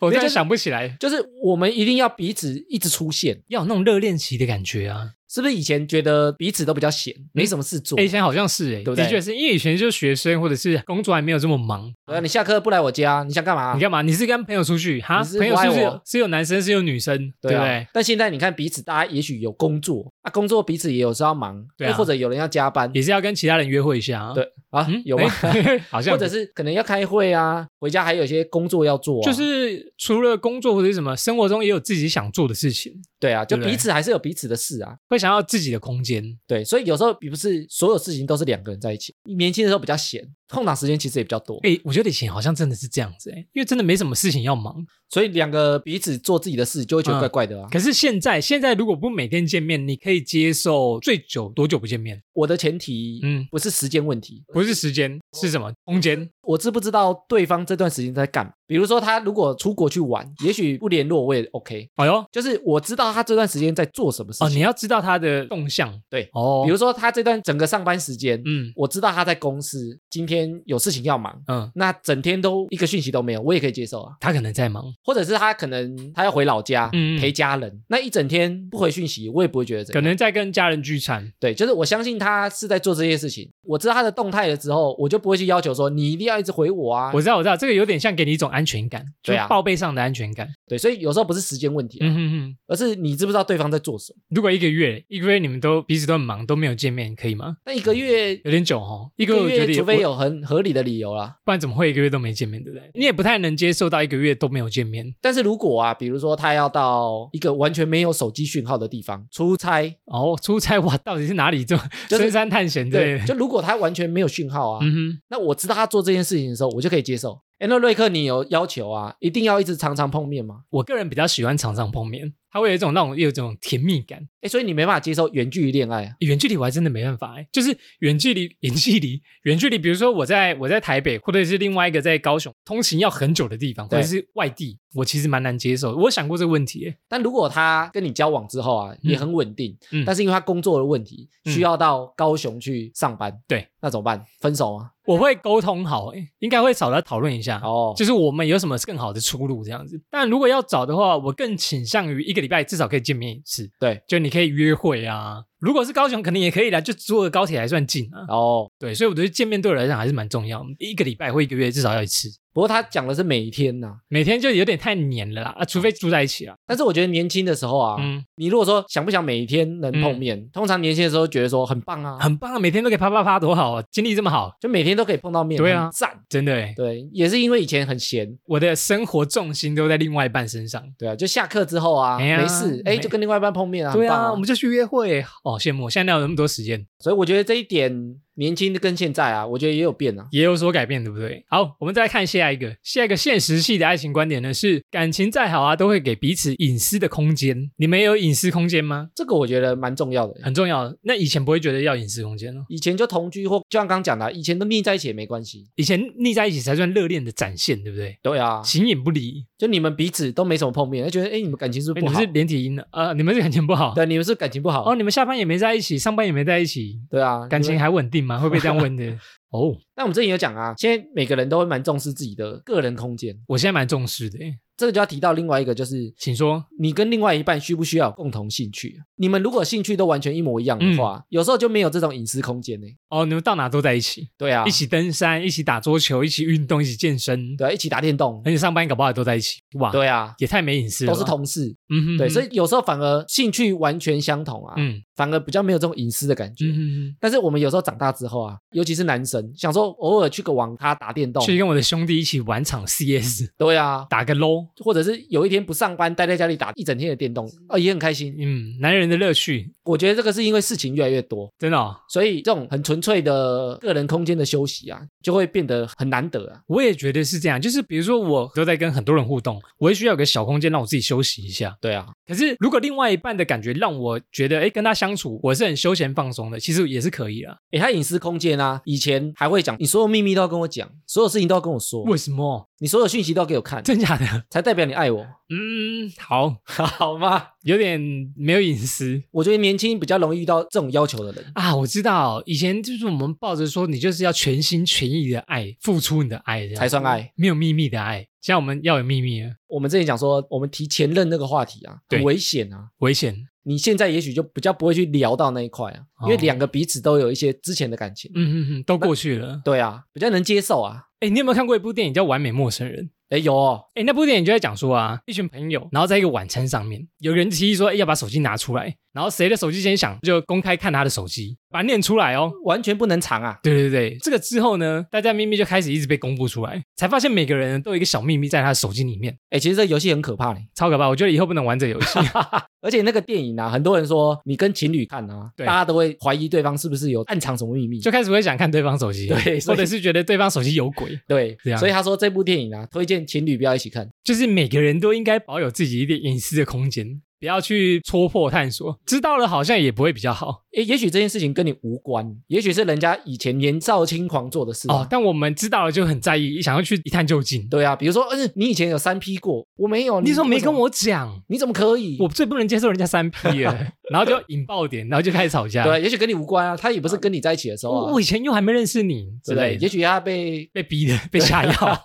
S1: 我突然想不起来，
S2: 就是我们一定要彼此一直出现。
S1: 要有那种热恋期的感觉啊。
S2: 是不是以前觉得彼此都比较闲，没什么事做
S1: 哎、？以前好像是哎，
S2: 对不对
S1: 的确是因为以前就是学生或者是工作还没有这么忙，
S2: 对啊，你下课不来我家，你想干嘛？
S1: 你干嘛？你是跟朋友出去哈？
S2: 啊你是
S1: 朋友是不是
S2: 歪
S1: 有
S2: 我
S1: 是有男生是有女生，对
S2: 对
S1: 不
S2: 啊，
S1: 对？
S2: 但现在你看彼此，大家也许有工作啊，工作彼此也有时候要忙，哎
S1: 对啊
S2: 又或者有人要加班，
S1: 也是要跟其他人约会一下啊。，
S2: 对啊，
S1: 嗯，
S2: 有吗？
S1: 欸 好 像
S2: 或者是可能要开会啊，回家还有一些工作要做、啊，
S1: 就是除了工作或者是什么，生活中也有自己想做的事情，
S2: 对啊，就
S1: 对不对
S2: 彼此还是有彼此的事啊。
S1: 会想要自己的空间。
S2: 对，所以有时候并不是所有事情都是两个人在一起。年轻的时候比较闲，空档时间其实也比较多，
S1: 哎、我觉得以前好像真的是这样子、欸，因为真的没什么事情要忙。
S2: 所以两个彼此做自己的事，就会
S1: 嗯
S2: 觉得怪怪的啊。
S1: 可是现在，现在如果不每天见面，你可以接受最久多久不见面？
S2: 我的前提，
S1: 嗯
S2: 嗯，不是时间问题，
S1: 不是时间，是什么空间？
S2: 我知不知道对方这段时间在干嘛？比如说他如果出国去玩，也许不联络我也 OK，
S1: 哎呦，
S2: 就是我知道他这段时间在做什么事
S1: 哦，你
S2: 情。
S1: 要知道他的动向。
S2: 对
S1: 哦，
S2: 比如说他这段整个上班时间，
S1: 嗯
S2: 我知道他在公司今天有事情要忙，
S1: 嗯，
S2: 那整天都一个讯息都没有，我也可以接受啊。
S1: 他可能在忙，
S2: 或者是他可能他要回老家
S1: 嗯嗯
S2: 陪家人，那一整天不回讯息，我也不会觉得怎
S1: 可
S2: 样。
S1: 能在跟家人聚餐。
S2: 对，就是我相信他是在做这些事情，我知道他的动态了之后，我就不会去要求说你一定要一直回我啊
S1: 我。知道，我知道，这个有点像给你一种安全感，就
S2: 对
S1: 是
S2: 啊
S1: 报备上的安全感。
S2: 对，所以有时候不是时间问题啊、
S1: 嗯哼哼。
S2: 而是你知不知道对方在做什么。
S1: 如果一个月，一个月你们都彼此都很忙，都没有见面，可以吗？
S2: 那一个月，
S1: 有点久哦，一
S2: 一
S1: 个月我觉
S2: 月
S1: 得也
S2: 除非
S1: 我
S2: 有很合理的理由啦。
S1: 不然怎么会一个月都没见面，对不对？你也不太能接受到一个月都没有见面
S2: 但是如果啊，比如说他要到一个完全没有手机讯号的地方出差，
S1: 哦。出差哇，到底是哪里这么
S2: 就是
S1: 深山探险之类
S2: 对，
S1: 的？
S2: 就如果他完全没有讯号啊，
S1: 嗯
S2: 那我知道他做这件事情的时候，我就可以接受。哎，那瑞克，你有要求啊，一定要一直常常碰面吗
S1: 哼，？我个人比较喜欢常常碰面，它会有一种让我有一种甜蜜感。
S2: 哎，所以你没办法接受远距离恋爱啊？
S1: 远距离我还真的没办法哎，就是远距离， 远距离，远距离，比如说我在我在台北，或者是另外一个在高雄，通勤要很久的地方，或
S2: 对
S1: 者是外地，我其实蛮难接受的。我有想过这个问题欸，
S2: 但如果他跟你交往之后啊，也很稳定，
S1: 嗯
S2: 但是因为他工作的问题，
S1: 嗯
S2: 需要到高雄去上班，
S1: 对，
S2: 那怎么办？分手吗？
S1: 我会沟通好哎，应该会找他讨论一下。
S2: 哦，
S1: 就是我们有什么更好的出路这样子。但如果要找的话，我更倾向于一个礼拜至少可以见面一次。
S2: 对，
S1: 就你可以约会啊。如果是高雄，肯定也可以啦，就坐个高铁还算近啊。
S2: 哦，
S1: 对，所以我觉得见面对我来讲还是蛮重要的，一个礼拜或一个月至少要一次。
S2: 不过他讲的是每一天呐、
S1: 每天就有点太黏了啦，
S2: 嗯
S1: 啊，除非住在一起啦。
S2: 但是我觉得年轻的时候啊，
S1: 嗯，
S2: 你如果说想不想每一天能碰面，通常年轻的时候觉得说很棒啊，
S1: 很棒啊，每天都可以啪啪啪，多好啊，精力这么好，
S2: 就每天都可以碰到面，
S1: 对啊
S2: 很赞。
S1: 真的欸。
S2: 对，也是因为以前很闲，
S1: 我的生活重心都在另外一半身上。
S2: 对啊，就下课之后啊，
S1: 哎呀
S2: 没事，哎，
S1: 没
S2: 就跟另外一半碰面啊，
S1: 对
S2: 很棒
S1: 啊，我们就去约会欸，哦，羡慕，现在哪有那么多时间？
S2: 所以我觉得这一点年轻的跟现在啊，我觉得也有变啊。
S1: 也有所改变，对不对？好，我们再来看下一个，下一个现实系的爱情观点呢是，感情再好啊，都会给彼此隐私的空间。你们也有隐私空间吗？
S2: 这个我觉得蛮重要的。
S1: 很重要。那以前不会觉得要隐私空间哦，
S2: 以前就同居或就像刚讲的啊，以前都腻在一起也没关系。
S1: 以前腻在一起才算热恋的展现，对不对？
S2: 对啊，
S1: 形影不离，
S2: 就你们彼此都没什么碰面，就觉得哎，你们感情是不
S1: 哎
S2: 是
S1: 你
S2: 不
S1: 们
S2: 好
S1: 是？连体婴的，呃，你们是感情不好，
S2: 对，你们是感情不好。
S1: 哦，你们下班也没在一起，上班也没在一起，
S2: 对啊，
S1: 感
S2: 你
S1: 情
S2: 们。
S1: 还稳定 吗？会被这样问的哦。
S2: 那我们之前有讲啊，现在每个人都会蛮重视自己的个人空间，
S1: 我现在蛮重视的，哎
S2: 这个就要提到另外一个，就是
S1: 请说。
S2: 你跟另外一半需不需要有共同兴趣？你们如果兴趣都完全一模一样的
S1: 嗯
S2: 话，有时候就没有这种隐私空间呢、
S1: 哦，你们到哪都在一起，
S2: 对啊，
S1: 一起登山，一起打桌球，一起运动，一起健身，
S2: 对啊，一起打电动，
S1: 而且上班搞不好也都在一起，哇，
S2: 对啊，
S1: 也太没隐私了
S2: 都
S1: 吧，
S2: 是同事，
S1: 嗯哼，
S2: 对，所
S1: 以
S2: 以有时候反而兴趣完全相同啊，
S1: 嗯
S2: 反而比较没有这种隐私的感觉。
S1: 嗯哼
S2: 但是我们有时候长大之后啊，尤其是男生，想说偶尔去个网咖打电动
S1: 哼，，去跟我的兄弟一起玩场 CS，
S2: 对啊，
S1: 打个 LO，
S2: 或者是有一天不上班，待在家里打一整天的电动，啊，也很开心。
S1: 嗯，男人的乐趣，
S2: 我觉得这个是因为事情越来越多，
S1: 真的、哦，
S2: 所以这种很纯粹的个人空间的休息啊，就会变得很难得啊。
S1: 我也觉得是这样。就是比如说，我都在跟很多人互动，我也需要有个小空间让我自己休息一下。
S2: 对啊，
S1: 可是如果另外一半的感觉让我觉得，哎，跟他相处我是很休闲放松的，其实也是可以啦。
S2: 诶，他隐私空间啊，以前还会讲，你所有秘密都要跟我讲，所有事情都要跟我说，
S1: 为什么？
S2: 你所有讯息都要给我看，
S1: 真假的？
S2: 才代表你爱我，
S1: 嗯，好，
S2: 好吗？
S1: 有点没有隐私。
S2: 我觉得年轻比较容易遇到这种要求的人，
S1: 啊，我知道，以前就是我们抱着说，你就是要全心全意的爱，付出你的爱，这样
S2: 才算爱。
S1: 没有秘密的爱。现在我们要有秘密了，
S2: 我们之前讲说，我们提前任那个话题啊，
S1: 对
S2: 很危险啊。
S1: 危险。
S2: 你现在也许就比较不会去聊到那一块啊，因为
S1: 哦
S2: 两个彼此都有一些之前的感情，
S1: 嗯嗯嗯，都过去了。
S2: 对啊，比较能接受啊。
S1: 哎，你有没有看过一部电影叫《完美陌生人》？
S2: 哎，有哦，
S1: 哎，那部电影就在讲说啊，一群朋友，然后在一个晚餐上面，有人提议说，哎，要把手机拿出来，然后谁的手机先响，就公开看他的手机，把它念出来哦。
S2: 完全不能藏啊。
S1: 对对对，这个之后呢，大家秘密就开始一直被公布出来，才发现每个人都有一个小秘密在他的手机里面，
S2: 哎，其实这游戏很可怕嘞。
S1: 超可怕。我觉得以后不能玩这个游戏。
S2: 而且那个电影啊，很多人说你跟情侣看啊，
S1: 对
S2: 大家都会怀疑对方是不是有暗藏什么秘密。
S1: 就开始会想看对方手机，
S2: 对
S1: 或
S2: 所
S1: 者
S2: 以
S1: 是觉得对方手机有鬼，
S2: 对
S1: 这，样
S2: 所以他说这部电影啊，推荐情侣不要一起看。
S1: 就是每个人都应该保有自己一点隐私的空间，不要去戳破探索，知道了好像也不会比较好
S2: 诶，也许这件事情跟你无关，也许是人家以前年少轻狂做的事、啊。
S1: 哦。但我们知道了就很在意，想要去一探究竟。
S2: 对啊，比如说，嗯，你以前有三 P 过，我没有，
S1: 你怎么没
S2: 为什
S1: 跟我讲？
S2: 你怎么可以？
S1: 我最不能接受人家三 P 了， 然后就引爆点，然后就开始吵架。
S2: 对，也许跟你无关啊，他也不是跟你在一起的时候、
S1: 我，
S2: 啊
S1: 我，以前又还没认识你
S2: 对
S1: 之
S2: 不对？
S1: 类
S2: 也
S1: 的，
S2: 许他被
S1: 被逼的， 被下药，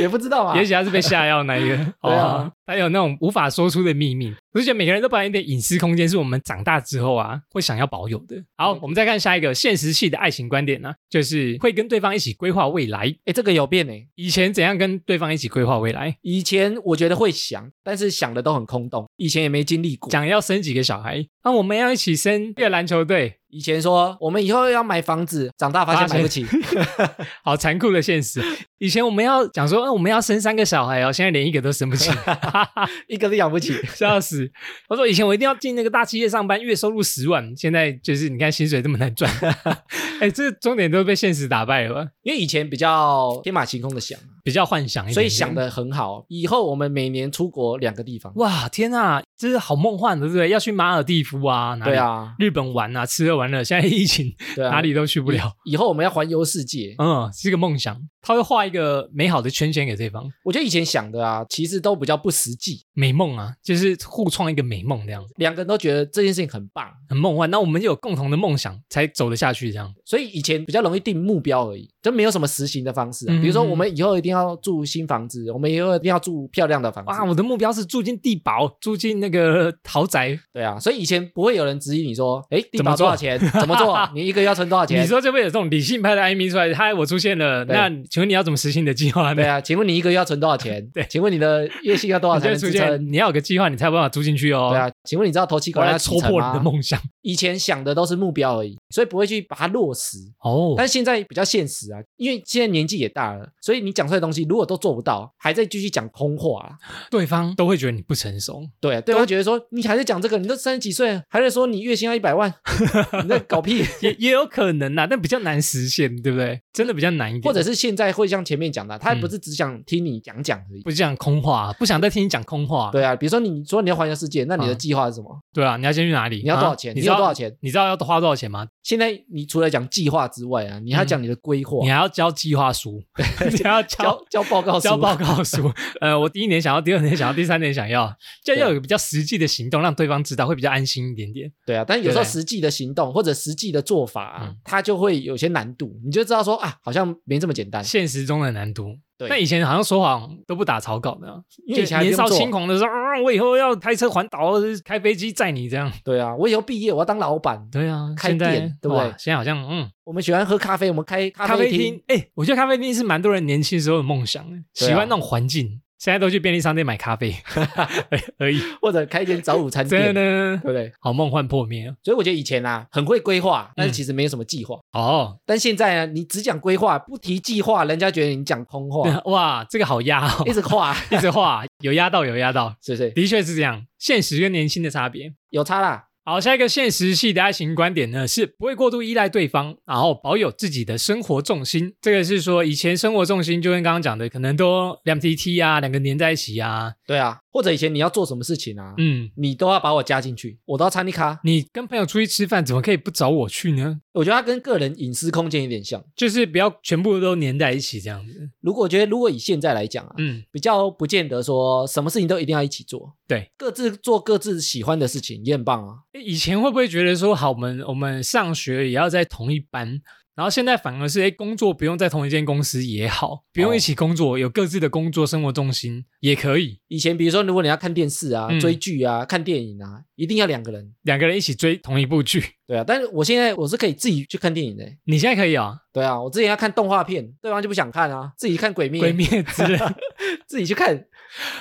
S2: 也不知道啊，
S1: 也许他是被下药那一个。
S2: 对啊
S1: 哦，还有那种无法说出的秘密。我就觉得每个人都保有一点隐私空间，是我们长大之后啊会想要保有的。好
S2: 对，
S1: 我们再看下一个现实系的爱情观点呢、就是会跟对方一起规划未来。
S2: 诶，这个有变呢、欸
S1: 以前怎样跟对方一起规划未来？
S2: 以前我觉得会想，但是想的都很空洞，以前也没经历过。
S1: 讲要生几个小孩，那、我们要一起生一个篮球队，
S2: 以前说我们以后要买房子，长大发现买 不起，
S1: 好残酷的现实。以前我们要讲说，嗯、我们要生三个小孩哦，现在连一个都生不起，
S2: 一个都养不起。
S1: 笑死！我说以前我一定要进那个大企业上班，月收入十万，现在就是你看薪水这么难赚， 哎，这终点都被现实打败了吧？
S2: 因为以前比较天马行空的想，
S1: 比较幻想一点，
S2: 所以想。的很好。以后我们每年出国两个地方，
S1: 哇，天啊，这是好梦幻的，对不对？要去马尔地夫啊，哪里
S2: 对，啊，
S1: 日本玩啊，吃喝玩乐。现在疫情，
S2: 对啊，
S1: 哪里都去不 了。
S2: 以后我们要环游世界。
S1: 嗯，是一个梦想，他会画一个美好的圈圈给对方，
S2: 我觉得以前想的啊，其实都比较不实际。
S1: 美梦啊，就是互创一个美梦这样子，
S2: 两个人都觉得这件事情很棒，
S1: 很梦幻。那我们有共同的梦想，才走得下去这样。
S2: 所以以前比较容易定目标而已，就没有什么实行的方式、啊。
S1: 嗯
S2: 比如说，我们以后一定要住新房子，我们以后一定要住漂亮的房
S1: 哇，
S2: 子。
S1: 我的目标是住进地堡，住进那个豪宅，
S2: 对啊，所以以前不会有人质疑你说，哎，地
S1: 怎么
S2: 保
S1: 做
S2: 多 少钱？怎么做？你一个月要存多少钱？
S1: E 你说这边有这种理性派的艾米出来，嗨，我出现了，
S2: 对
S1: 那请问你要怎么实行你的计划呢？
S2: 对啊，请问你一个月要存多少钱？
S1: 对
S2: 请问你的月薪要多少
S1: 你就
S2: 才
S1: 会
S2: 能
S1: 出
S2: 支
S1: 现，
S2: 撑？
S1: 你要有个计划，你才有办法租进去哦。
S2: 对，啊，请问你知道投期
S1: 过
S2: 款
S1: 来
S2: 要
S1: 戳
S2: 几
S1: 破
S2: 成
S1: 你的
S2: 吗？
S1: 梦想
S2: 以前想的都是目标而已，所以不会去把它落实。
S1: 哦。
S2: 但现在比较现实啊，因为现在年纪也大了，所以你讲出来的东西如果都做不到，还在继续讲空话啊、
S1: 对方都会觉得你不成熟，
S2: 对啊，对方觉得说你还在讲这个，你都三十几岁了，还在说你月薪要一 百万，你在搞屁。
S1: 也也有可能啦，但比较难实现，对不对？真的比较难一点，
S2: 或者是现在会像前面讲的，他还不是只想听你讲讲而已。
S1: 嗯不讲空话，不想再听你讲空话。
S2: 对啊，比如说你说你要环游世界，那你的
S1: 嗯
S2: 计划是什么？
S1: 对啊，你要先去哪里？
S2: 你要多少钱
S1: 啊你
S2: 你
S1: 知道
S2: 有多少钱？
S1: 你知道要花多少钱吗？
S2: 现在你除了讲计划之外啊，你还要讲你的规划
S1: 你，还要交计划 书，你还要交
S2: 交交报告书
S1: 交报告书。 呃，我第一年想要，第二年想要，第三年想要，这样要有比较实际的行动，让对方知道，会比较安心一点点。
S2: 对啊，但有时候
S1: 对
S2: 实际的行动或者实际的做法、啊，
S1: 嗯
S2: 它就会有些难度，你就知道说啊，好像没这么简单。
S1: 现实中的难度。
S2: 对
S1: 那以前好像说谎都不打草稿的啊、
S2: 因为以前还不
S1: 年
S2: 用
S1: 少
S2: 做
S1: 轻狂的时候，啊我以后要开车环岛，或者是开飞机载你这 样。
S2: 对啊，我以后毕业我要当老板。
S1: 对啊，
S2: 开
S1: 现在
S2: 店对不对
S1: 哇现在好像嗯，
S2: 我们喜欢喝咖啡，我们开
S1: 咖
S2: 咖
S1: 啡
S2: 啡
S1: 厅
S2: 厅。，
S1: 哎、我觉得咖啡厅是蛮多人年轻时候的梦想的，
S2: 对啊
S1: 喜欢那种环境。现在都去便利商店买咖啡 而 已，
S2: 或者开一间早午餐店，
S1: 真
S2: 对
S1: 的
S2: 不对？
S1: 好梦幻破灭啊
S2: 所以我觉得以前啊很会规划，但是其实没有什么计划。
S1: 哦！
S2: 但现在呢，你只讲规划不提计划，人家觉得你讲空 话，
S1: 哇，这个好压哦
S2: 一，直画，
S1: 一直画，有压到有压到，
S2: 是不是？
S1: 的确是这样，现实跟年轻的差别。
S2: 有差啦，
S1: 好，下一个现实系的爱情观点呢，是不会过度依赖对方，然后保有自己的生活重心。这个是说，以前生活重心就跟刚刚讲的，可能都两 T T 啊，两个黏在一起啊，
S2: 对啊。或者以前你要做什么事情啊，
S1: 嗯。
S2: 你都要把我加进去，我都要参与咖。
S1: 你跟朋友出去吃饭，怎么可以不找我去呢？
S2: 我觉得它跟个人隐私空间有点像。
S1: 就是不要全部都黏在一起这样子。
S2: 如果我觉得如果以现在来讲啊，
S1: 嗯，
S2: 比较不见得说什么事情都一定要一起做，
S1: 对，
S2: 各自做各自喜欢的事情也很棒啊。
S1: 以前会不会觉得说，好，我们我们上学也要在同一班，然后现在反而是，哎，工作不用在同一间公司也好，不
S2: 哦
S1: 用一起工作，有各自的工作生活重心也可以。
S2: 以前比如说，如果你要看电视啊、
S1: 嗯
S2: 追剧啊、看电影啊，一定要两个人，
S1: 两个人一起追同一部剧，
S2: 对啊。但是我现在我是可以自己去看电影的、
S1: 你现在可以啊，
S2: 对啊。我之前要看动画片，对方就不想看啊，自己看鬼灭，
S1: 鬼灭之刃，
S2: 自己去看，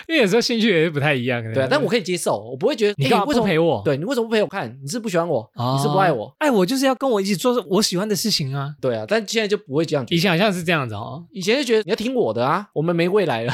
S1: 因为有时候兴趣也是不太一样的。
S2: 对啊。但我可以接受，我不会觉得
S1: 你
S2: 哎
S1: 干嘛
S2: 为什
S1: 不
S2: 么
S1: 陪我？，
S2: 对你为什么不陪我看？你是不喜欢我，
S1: 哦
S2: 你是不爱我？
S1: 爱我就是要跟我一起做我喜欢的事情啊。
S2: 对啊。但现在就不会这样觉
S1: 以
S2: 得。，
S1: 前好像是这样子哦
S2: 以前就觉得你要听我的啊，我们没未来了。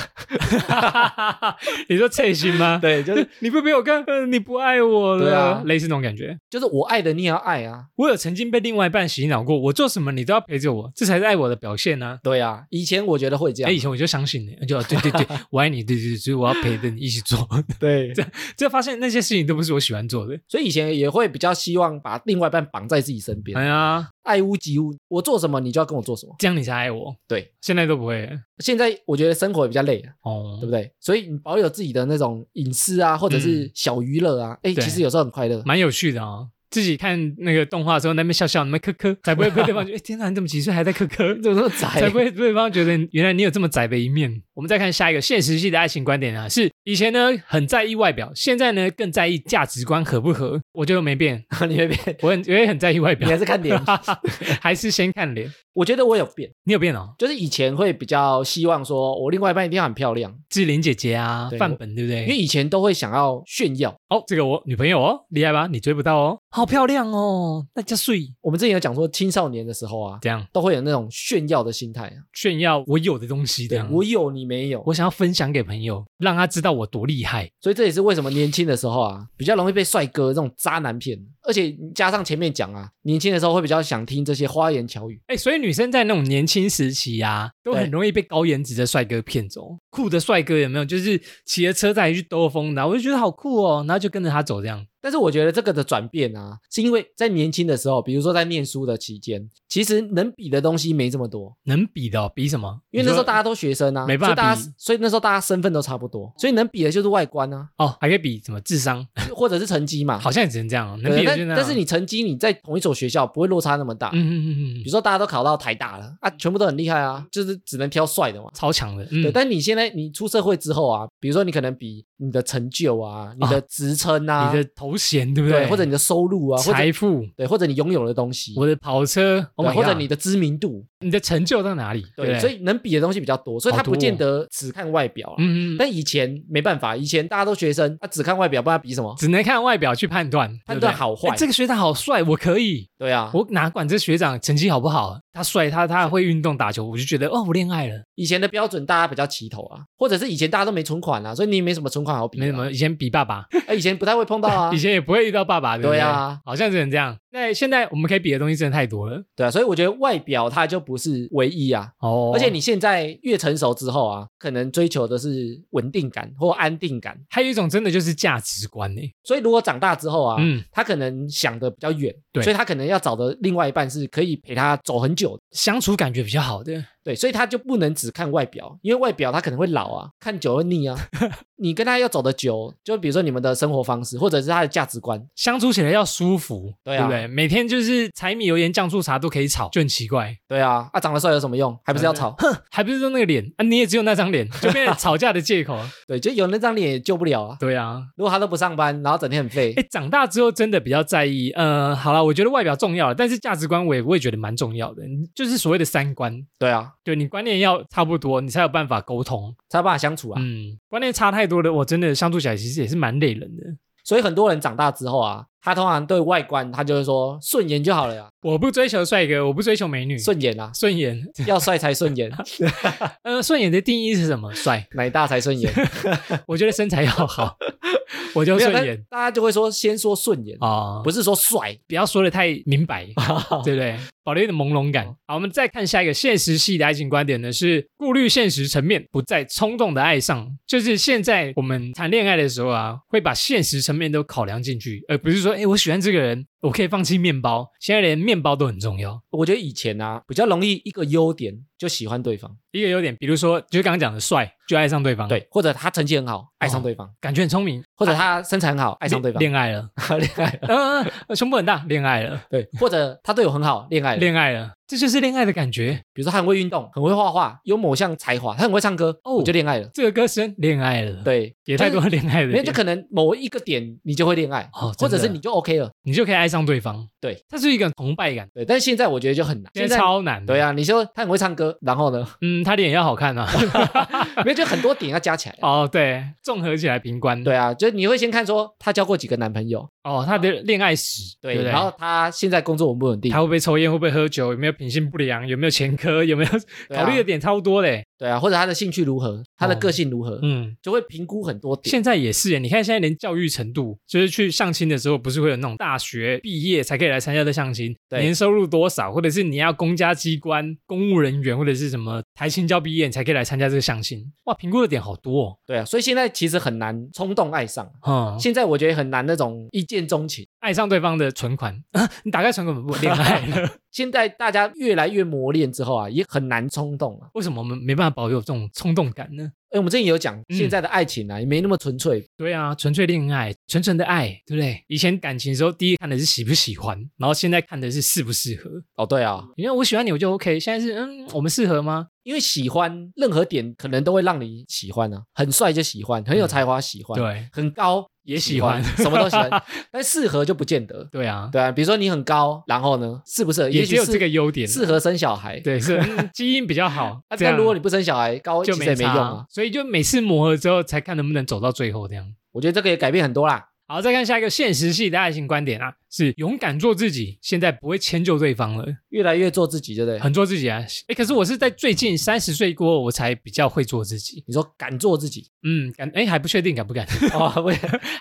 S1: 你说脆心吗？
S2: 对，就是
S1: 你不陪我看，嗯，你不爱我
S2: 对
S1: 了，
S2: 啊
S1: 类似那种感觉。
S2: 就是我爱的你也要爱啊。
S1: 我有曾经被另外一半洗脑过，我做什么你都要陪着我，这才是爱我的表现呢、
S2: 对啊，以前我觉得会这
S1: 啊。
S2: 样
S1: 哎，以，前我就相信你，就 对对对，我爱你，对对对，所以我要陪着你一起做。
S2: 对，
S1: 就发现那些事情都不是我喜欢做 的。
S2: 所以以前也会比较希望把另外一半绑在自己身边，
S1: 哎呀，
S2: 爱屋及乌，我做什么你就要跟我做什么。
S1: 这样你才爱我。
S2: 对，
S1: 现在都不会了
S2: 现在我觉得生活也比较累了，
S1: 哦，
S2: 对不对？所以你保有自己的那种隐私啊，或者是小娱乐啊，哎、
S1: 嗯对
S2: 其实有时候很快乐。
S1: 蛮有趣的哦。自己看那个动画的时候，那边笑笑，那边咳咳，才不会被对方觉得， 哎，天哪，你怎么几岁还在咳
S2: 你
S1: 咳？
S2: 怎么这么 宅？
S1: 嗯才不会被对方觉得原来你有这么窄的一面。我们再看下一个现实系的爱情观点啊，是以前呢很在意外表，现在呢更在意价值观合不合。我觉得我没变，
S2: 你会变，
S1: 我很我也很在意外
S2: 你
S1: 表
S2: 还，是看脸。
S1: 还是先看脸。
S2: 我觉得我有变，
S1: 你有变哦，
S2: 就是以前会比较希望说我另外一半一定要很漂亮，
S1: 志玲姐姐啊，
S2: 对
S1: 范本对不
S2: 因为
S1: 对？
S2: 以前都会想要炫耀。
S1: 哦，这个我女朋友哦，厉害吧？你追不到哦，好漂亮哦，那叫睡。
S2: 我们之前有讲说青少年的时候啊，
S1: 这样
S2: 都会有那种炫耀的心态啊，
S1: 炫耀我有的东西，这
S2: 对
S1: 样
S2: 我有你没有，
S1: 啊我想要分享给朋友，让他知道我多厉害。
S2: 所以这也是为什么年轻的时候啊，比较容易被帅哥这种渣男骗，而且加上前面讲啊，年轻的时候会比较想听这些花言巧语，
S1: 哎，所以女生在那种年轻时期啊，都很
S2: 对
S1: 容易被高颜值的帅哥骗走。酷的帅哥有没有？就是骑着车带你去兜风的啊，我就觉得好酷哦，然后就跟着他走这样。
S2: 但是我觉得这个的转变啊，是因为在年轻的时候，比如说在念书的期间，其实能比的东西没这么多。
S1: 能比的、哦、比什么？
S2: 因为那时候大
S1: 家
S2: 家都学生啊，
S1: 没办法
S2: 所以大
S1: 比
S2: 家，所以那时候大家身份都差不多，所以能比的就是外观啊，
S1: 哦，还可以比什么智商，
S2: 或者是成绩嘛。
S1: 好像也只能这样、哦，能
S2: 对
S1: 比的
S2: 但
S1: 就那样
S2: 但是你成绩你在同一所学校不会落差那么
S1: 嗯嗯嗯嗯
S2: 大。比
S1: 嗯，
S2: 如说大家都考到台大了啊，全部都很厉害啊，就是只能挑帅的嘛。
S1: 超强的，嗯
S2: 对，但你现在你出社会之后啊，比如说你可能比你的成就啊、你的职称啊、
S1: 你的头衔对不
S2: 对
S1: 对？
S2: 或者你的收入啊，或者
S1: 财富，
S2: 对，或者你拥有的东西，
S1: 我的跑车，oh
S2: 对
S1: my
S2: 或者
S1: God
S2: 你的知名度，
S1: 你的成就在哪里？不
S2: 对，所以能比的东西比较多，所以
S1: 好
S2: 他
S1: 多
S2: 不
S1: 哦
S2: 见得只看外表啊。
S1: 嗯，嗯嗯
S2: 但以前没办法，以前大家都学生，他啊只看外表，不然他比什么？
S1: 只能看外表去判断，对
S2: 判
S1: 不
S2: 断
S1: 对
S2: 好坏
S1: 哎这个学长好帅，我可以，
S2: 对啊，
S1: 我哪管这学长成绩好不好？他帅，他他会运动打球，我就觉得哦，我恋爱了。
S2: 以前的标准大家比较齐头啊，或者是以前大家都没存款啊，所以你也没什么存款好比、啊，
S1: 没什么，以前比爸爸，
S2: 哎，以前不太会碰到啊
S1: 以，前也不会遇到爸爸，对不对？
S2: 对啊，
S1: 好像只能这样。那现在我们可以比的东西真的太多了
S2: 对啊，所以我觉得外表它就不是唯一啊。
S1: 哦。
S2: 而且你现在越成熟之后啊，可能追求的是稳定感或安定感，
S1: 还有一种真的就是价值观呢、
S2: 所以如果长大之后啊，
S1: 嗯，
S2: 他可能想的比较远，
S1: 对
S2: 所以他可能要找的另外一半是可以陪他走很久的，
S1: 相处感觉比较好的，
S2: 对，所以他就不能只看外表，因为外表他可能会老啊，看久会 腻啊。你跟他要走的久，就比如说你们的生活方式，或者是他的价值观，
S1: 相处起来要舒服，
S2: 对啊
S1: 不对？每天就是柴米油盐酱醋茶都可以吵，就很奇怪，
S2: 对啊，啊长得帅有什么用？还
S1: 嗯
S2: 不是要吵？
S1: 还不是说那个脸啊，你也只有那张脸，就变成吵架的借口。
S2: 对，就有那张脸也救不了啊。
S1: 对啊，
S2: 如果他都不上班，然后整天很废
S1: 哎，，长大之后真的比较在意，呃，好了，我觉得外表重要了，但是价值观我也我也觉得蛮重要的，就是所谓的三观，
S2: 对啊，
S1: 对你观念要差不多，你才有办法沟通。
S2: 才有办法相处啊。
S1: 嗯，观念差太多的，我真的相处起来其实也是蛮累人的。
S2: 所以很多人长大之后啊，他通常对外观他就会说顺眼就好了呀，
S1: 我不追求帅哥，我不追求美女，
S2: 顺 眼啊，
S1: 顺眼，
S2: 要帅才 顺眼，
S1: 呃，顺眼的定义是什么？帅，
S2: 奶大才顺 眼。
S1: 我觉得身材要好， 我就
S2: 没有
S1: 顺
S2: 但
S1: 眼
S2: 大家就会说先说顺眼，
S1: 啊，
S2: 不是说帅。
S1: 不要说的太明白，
S2: 哦
S1: 对不对？保留一点朦胧感。好，我们再看下一个现实系的爱情观点呢，是顾虑现实层面，不在冲动的爱上。就是现在我们谈恋爱的时候啊，会把现实层面都考量进去，而不是说，哎，我喜欢这个人，我可以放弃面包。现在连面包都很重要。
S2: 我觉得以前啊，比较容易一个优点就喜欢对方，
S1: 一个优点，比如说，就是刚刚讲的帅，就爱上对方，，
S2: 对，或者他成绩很好，爱上对方，
S1: 感觉很聪明，
S2: 或者他身材很好，爱上对方，
S1: 恋恋爱了，
S2: 恋爱了，
S1: 嗯、呃，胸部很大，恋爱了，
S2: 对，或者他对我很好，恋爱了，
S1: 恋爱了，这就是恋爱的感觉。
S2: 比如说他很会运动，很会画画，有某项才华，他很会唱歌，
S1: 哦
S2: 我就恋爱了，
S1: 这个歌声，恋爱了，，
S2: 对，
S1: 也太多
S2: 就是。
S1: 恋爱的点，
S2: 没有，就可能某一个点你就会恋爱，
S1: 哦，
S2: 或
S1: 真的
S2: 者是你就 OK 了，
S1: 你就可以爱上对方。
S2: 对，
S1: 它是一个崇拜感，
S2: 对。但是现在我觉得就很难，
S1: 现在超难。
S2: 对，啊，你说他很会唱歌，然后呢，
S1: 嗯，他脸要好看啊。
S2: 没有就很多点要加起来。啊
S1: 哦，对，综合起来评观。，
S2: 对啊，就是你会先看说他交过几个男朋友，
S1: 哦，他的恋爱史，对不
S2: 对，
S1: 对，
S2: 然后他现在工作稳不稳定
S1: 他，会不会抽烟，会不会喝酒，有没有品性不良，有没有前科，有没有
S2: 对啊
S1: 考虑的点超多嘞。
S2: 对啊，或者他的兴趣如何，他的
S1: 哦
S2: 个性如何，
S1: 嗯，
S2: 就会评估很多点。
S1: 现在也是耶，欸你看现在连教育程度，就是去相亲的时候，不是会有那种大学毕业才可以来参加的相亲，
S2: 对
S1: 年收入多少，或者是你要公家机关公务人员，或者是什么台青教毕业，你才可以来参加这个相亲。哇，评估的点好多
S2: 对啊，所以现在其实很难冲动爱上。
S1: 哦。嗯，
S2: 现在我觉得很难那种一见钟情。
S1: 爱上对方的存款，啊你打开存款本簿，恋爱 了。
S2: 现在大家越来越磨练之后啊，也很难冲动啊。
S1: 为什么我们没办法保有这种冲动感呢？
S2: 哎，我们之前有讲，
S1: 嗯
S2: 现在的爱情啊，也没那么纯粹。
S1: 对啊，纯粹恋爱，纯纯的爱，对不对？以前感情的时候，第一看的是喜不喜欢，然后现在看的是适不适合。
S2: 哦，对啊，
S1: 你看我喜欢你，我就 OK。现在是嗯，我们适合吗？
S2: 因为喜欢任何点可能都会让你喜欢啊，很帅就喜欢，很有才华喜
S1: 嗯
S2: 欢，
S1: 对
S2: 很高
S1: 也
S2: 也
S1: 喜欢
S2: 什么都喜 欢，但适合就不见得。
S1: 对啊，
S2: 对啊，比如说你很高，然后呢，适不适合？
S1: 也
S2: 也
S1: 只
S2: 许
S1: 有
S2: 是
S1: 这个优点。啊
S2: 适合生小孩。
S1: 对，是、 嗯基因比较好。
S2: 啊，
S1: 这
S2: 但
S1: 样
S2: 如果你不生小孩，高其
S1: 就
S2: 实
S1: 没
S2: 也没用
S1: 差
S2: 啊。
S1: 所以就每次磨合之后，才看能不能走到最后这样。
S2: 我觉得这个也改变很多啦。
S1: 好，再看下一个现实系的爱情观点啊，是勇敢做自己，现在不会迁就对方了。
S2: 越来越做自己，对不对？嗯
S1: 很做自己啊。哎，可是我是在最近三十岁过后，我才比较会做自己。
S2: 你说敢做自己
S1: 嗯，敢哎还不确定敢不 敢，
S2: 哦，不，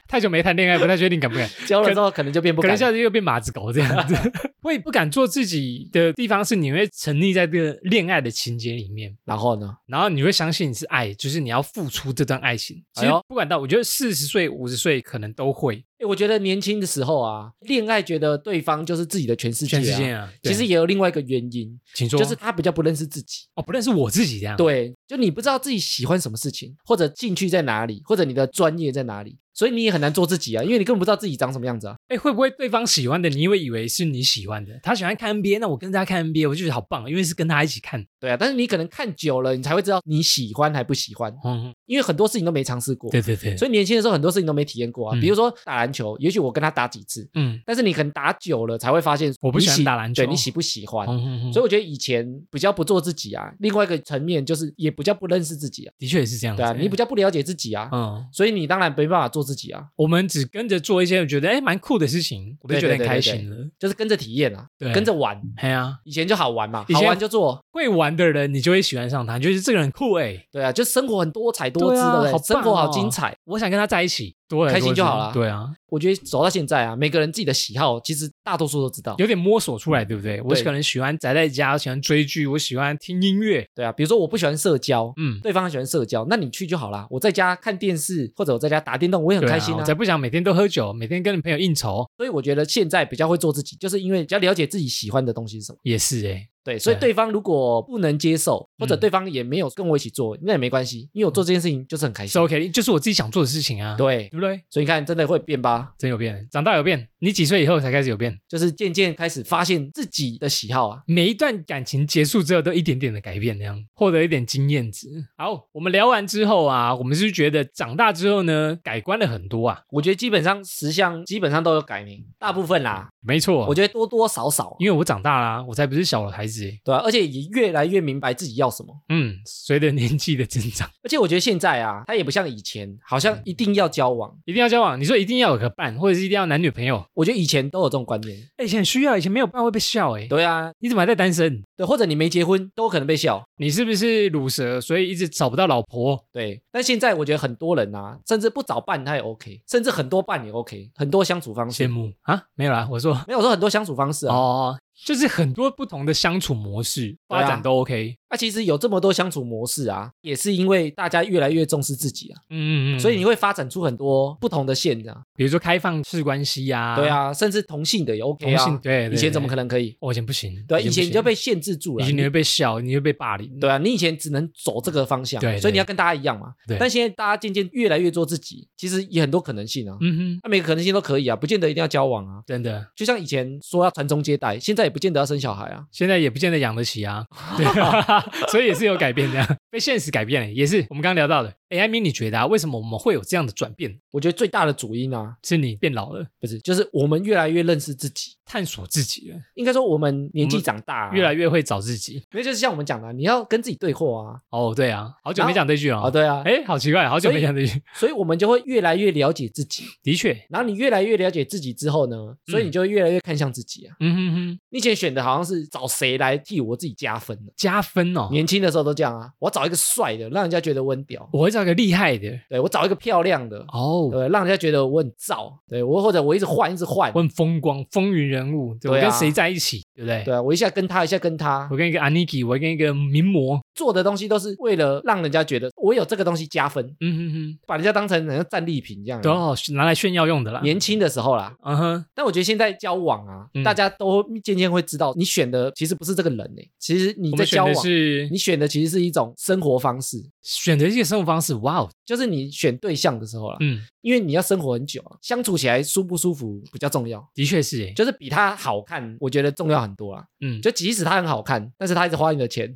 S1: 太久没谈恋爱，不太确定敢不敢，
S2: 交了之后可能就 变不
S1: 可能
S2: 敢。
S1: 下次又变马子狗这样 子。会不敢做自己的地方是，你会沉溺在这个恋爱的情节里面。
S2: 然后呢？
S1: 然后你会相信你是爱，就是你要付出这段爱情。其
S2: 哎
S1: 实
S2: 呦
S1: 不管到，我觉得四十岁、五十岁可能都会，
S2: 诶我觉得年轻的时候啊，恋爱觉得对方就是自己的全世界、啊，
S1: 全世界啊，
S2: 其实
S1: 对
S2: 也有另外一个原因，
S1: 请说，
S2: 就是他比较不认识自己。
S1: 哦，不认识我自己这样，，
S2: 对，就你不知道自己喜欢什么事情，或者兴趣在哪里，或者你的专业在哪里，所以你也很难做自己啊，因为你根本不知道自己长什么样子啊。
S1: 哎，会不会对方喜欢的，你会以为是你喜欢的？他喜欢看 NBA，那我跟着他看 NBA，我就觉得好棒，因为是跟他一起看。
S2: 对啊，但是你可能看久了，你才会知道你喜欢还不喜欢，
S1: 嗯，
S2: 因为很多事情都没尝试过。
S1: 对对对，
S2: 所
S1: 以
S2: 以年轻的时候很多事情都没体验过啊，
S1: 嗯
S2: 比如说打篮球，也许我跟他打几次，
S1: 嗯，
S2: 但是你可能打久了才会发现
S1: 我不
S2: 你
S1: 喜欢
S2: 喜
S1: 打篮球
S2: 对你喜不喜欢？
S1: 嗯
S2: 所以
S1: 以
S2: 我觉得以前比较不做自己啊，另外一个层面就是也比较不认识自己啊，
S1: 的确也是这样子。欸
S2: 对啊，你比较不了解自己啊，
S1: 嗯，
S2: 所以你当然没办法做自己啊，
S1: 我们只跟着做一些觉得哎蛮酷的事情，我就觉得很开心了。
S2: 就是跟着体验啊，
S1: 对，
S2: 跟着玩，
S1: 哎呀，
S2: 以前就好玩嘛，
S1: 以前
S2: 好玩就做，
S1: 会玩的人你就会喜欢上他，你觉得这个人很酷哎，
S2: 对啊，就生活很多彩多
S1: 对
S2: 姿，
S1: 啊
S2: 对不对
S1: 好棒哦
S2: 生活好精彩。
S1: 我想跟他在一起，多来
S2: 开心
S1: 多去
S2: 就好啦
S1: 对啊，
S2: 我觉得走到现在啊，每个人自己的喜好，其实大多数都知道，
S1: 有点摸索出来，对不对？我
S2: 对
S1: 可能喜欢宅在家，我喜欢追剧，我喜欢听音乐，
S2: 对啊，比如说我不喜欢社交。
S1: 嗯。
S2: 对方喜欢社交，那你去就好啦。我在家看电视，或者我在家打电动，我也很
S1: 对
S2: 开心
S1: 啊！
S2: 啊。
S1: 我才不想每天都喝酒，每天跟朋友应酬，
S2: 所以我觉得现在比较会做自己，就是因为比较了解自己喜欢的东西是什么。
S1: 也是哎、
S2: 对，所以
S1: 对
S2: 对方如果不能接受，或者
S1: 嗯
S2: 对方也没有跟我一起做，那也没关系，因为我做这件事情就是很开
S1: 是
S2: 心。
S1: OK，就是我自己想做的事情啊，
S2: 对，
S1: 对不对？
S2: 所以你看，真的会变吧？
S1: 真有变，长大有变。你几岁以后才开始有变？
S2: 就是渐渐开始发现自己的喜好啊。
S1: 每一段感情结束之后，都一点点的改变，那样获得一点经验值。好，我们聊完之后啊，我们是觉得长大之后呢，改观了很多啊。
S2: 我觉得基本上十项基本上都有改名，大部分啦，
S1: 没错，
S2: 我
S1: 就
S2: 觉得多多少少，
S1: 因为我长大啦、我才不是小孩子欸。
S2: 对啊，而且也越来越明白自己要什么。
S1: 嗯，随着年纪的增长，
S2: 而且我觉得现在啊，他也不像以前，好
S1: 嗯
S2: 像一定要交往。
S1: 一定要交往。你说一定要有个伴，或者是一定要男女朋友？
S2: 我觉得以前都有这种观念，
S1: 哎，以前需要，以前没有伴会被笑哎。
S2: 对啊，
S1: 你怎么还在单身？
S2: 对，或者你没结婚都可能被笑，
S1: 你是不是乳蛇，所以一直找不到老婆？
S2: 对，但现在我觉得很多人啊，甚至不找伴他也 OK，甚至很多伴也 OK，很多相处方式
S1: 羡。慕啊？没有啦，我说
S2: 没有我说很多相处方式啊，那、
S1: 哦，就是很多不同的相处模式
S2: 对
S1: 发
S2: 啊
S1: 展都 OK。
S2: 其实有这么多相处模式啊，也是因为大家越来越重视自己啊，
S1: 嗯嗯嗯。
S2: 所以你会发展出很多不同的线啊，
S1: 比如说开放式关系呀、
S2: 对，啊，甚至同性的也 OK
S1: 同
S2: 啊，
S1: 性对对
S2: 以前怎么可
S1: 能？
S2: 能可以？
S1: 我以前不行，
S2: 对啊，以
S1: 不
S2: 前
S1: 行
S2: 你就被限制住
S1: 以
S2: 了，
S1: 前你会
S2: 你
S1: 被笑，你会被霸凌。
S2: 对啊，你以前只能走这个方向，啊
S1: 对对
S2: 所以你要跟大家一样嘛
S1: 对。
S2: 但现在大家渐渐越来越做自己，其实也很多可能性啊，那、
S1: 嗯哼，
S2: 每个可能性都可以啊，不见得一定要交往啊。
S1: 真的，
S2: 就像以前说要传宗接代，现在也不见得要生小孩啊。
S1: 现在也不见得养得起 啊，对啊，所以也是有改变的，被现实改变了，也是我们刚刚聊到的。哎，艾米，你觉得啊，为什么我们会有这样的转变？
S2: 我觉得最大的主因啊，
S1: 是你变老了，
S2: 不是，就是我们越来越认识自己。
S1: 探索自己了，
S2: 应该说，我们年
S1: 我
S2: 纪
S1: 们
S2: 长大、啊，
S1: 越来越会找自己。
S2: 因为就是像我们讲的啊，你要跟自己对话
S1: 哦，对啊，好久
S2: 然
S1: 没
S2: 后
S1: 讲这句了。
S2: 啊。啊，，对啊，
S1: 哎，好奇怪，好久没
S2: 所以
S1: 讲这句。
S2: 所以我们就会越来越了解自己。
S1: 的确，
S2: 然后你越来越了解自己之后呢，所以你就会越来越看向自己啊。
S1: 嗯哼哼。
S2: 你以前选的好像是找谁来替我自己加分的，
S1: 加分哦。
S2: 年轻的时候都这样啊，我要找一个帅的，让人家觉得我很屌；
S1: 我会找一个厉害的
S2: 对我找一个漂亮的，
S1: 哦，
S2: 对，让人家觉得我很燥；对我或者我一直换，一直换
S1: 我，很风光、风云人物，对我
S2: 对啊
S1: 跟谁在一起，对不对？
S2: 对啊，我一下跟他，一下跟他
S1: 我，跟一个 Aniki，我跟一个名模，
S2: 做的东西都是为了让人家觉得我有这个东西加分，
S1: 嗯哼哼，
S2: 把人家当成好像战利品这样。
S1: 都好拿来炫耀用的啦。
S2: 年轻的时候啦，
S1: 嗯哼，
S2: 但我觉得现在交往啊，
S1: 嗯
S2: 大家都会渐渐会知道，你选的其实不是这个人诶、其实你
S1: 我
S2: 在
S1: 们
S2: 交
S1: 选的
S2: 往，
S1: 是
S2: 你选的其实是一种生活方式，
S1: 选择一些生活方式，哇哦，
S2: 就是你选对象的时候啦，
S1: 嗯，
S2: 因为你要生活很久啊，相处起来舒不舒服比较重要，
S1: 的确是耶，
S2: 就是比他好看，我觉得重要很多啦。
S1: 嗯，
S2: 就即使他很好看，但是他一直花你的钱，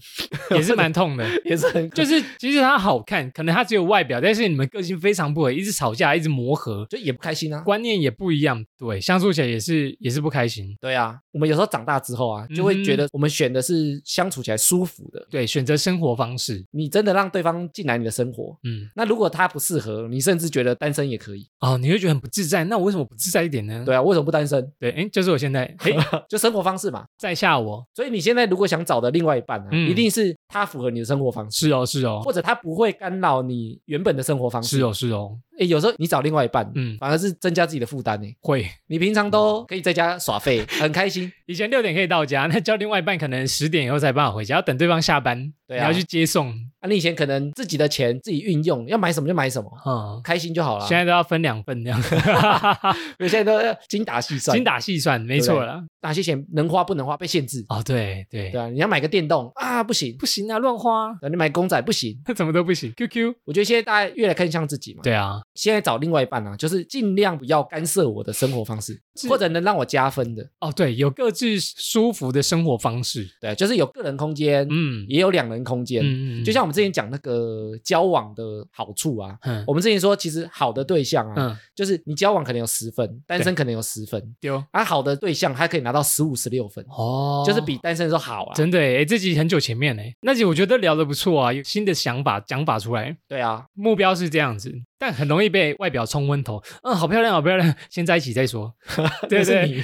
S1: 也是蛮痛 的。
S2: 也是很
S1: 就是其实他好看，可能他只有外表，但是你们个性非常不合，一直吵架，一直磨合，
S2: 就也不开心啊。
S1: 观念也不一样，对，相处起来也是也是不开心。
S2: 对啊，我们有时候长大之后啊，
S1: 嗯哼
S2: 就会觉得我们选的是相处起来舒服的。
S1: 对，选择生活方式，
S2: 你真的让对方进来你的生活，
S1: 嗯，
S2: 那如果他不适合，你甚至觉得单身也可以。
S1: 哦，你会觉得很不自在，那我为什么不自在一点呢？
S2: 对啊，为什么不单身？
S1: 对，哎，就是我现在，哎，
S2: 就生活方式嘛。
S1: 在下我
S2: 所以你现在如果想找的另外一半啊，
S1: 嗯
S2: 一定是他符合你的生活方式，
S1: 是哦是哦
S2: 或者他不会干扰你原本的生活方式。
S1: 是哦是哦，
S2: 诶，有时候你找另外一半，
S1: 嗯
S2: 反而是增加自己的负担呢。
S1: 会。
S2: 你平常都可以在家耍废，很开心。
S1: 以前六点可以到家，那叫另外一半可能十点以后才办法回家，要等对方下班，
S2: 对啊
S1: 你要去接送，嗯
S2: 啊，你以前可能自己的钱自己运用，要买什么就买什么，
S1: 嗯，
S2: 开心就好了。
S1: 现在都要分两份这 样，
S2: 因为现在都要精打细算，
S1: 精打细算，没错啦。
S2: 哪些钱能花不能花被限制，
S1: 哦，对对
S2: 对，啊，你要买个电动啊，不行。
S1: 不行啊，乱花，
S2: 对你买公仔不行，
S1: 怎么都不行。QQ，
S2: 我觉得现在大家越来更像自己嘛。
S1: 对啊，
S2: 现在找另外一半啊，就是尽量不要干涉我的生活方式，
S1: 是
S2: 或者能让我加分的。
S1: 哦对，有各自舒服的生活方式。
S2: 对，就是有个人空间，
S1: 嗯
S2: 也有两人空间。
S1: 嗯嗯，
S2: 就像我们之前讲那个交往的好处啊，
S1: 嗯
S2: 我们之前说，其实好的对象啊，
S1: 嗯
S2: 就是你交往可能有十分，单身可能有十分，
S1: 丢
S2: 而、好的对象他可以拿到十五、十六分，
S1: 哦，
S2: 哦就是比单身的时候好啊。
S1: 真的诶，这集很久前面诶，那集我觉得聊得不错啊，有新的想法讲法出来。
S2: 对啊，
S1: 目标是这样子，但很容易被外表冲昏头。嗯，好漂亮，好漂亮，先在一起再说。对
S2: 那是
S1: 对
S2: 你，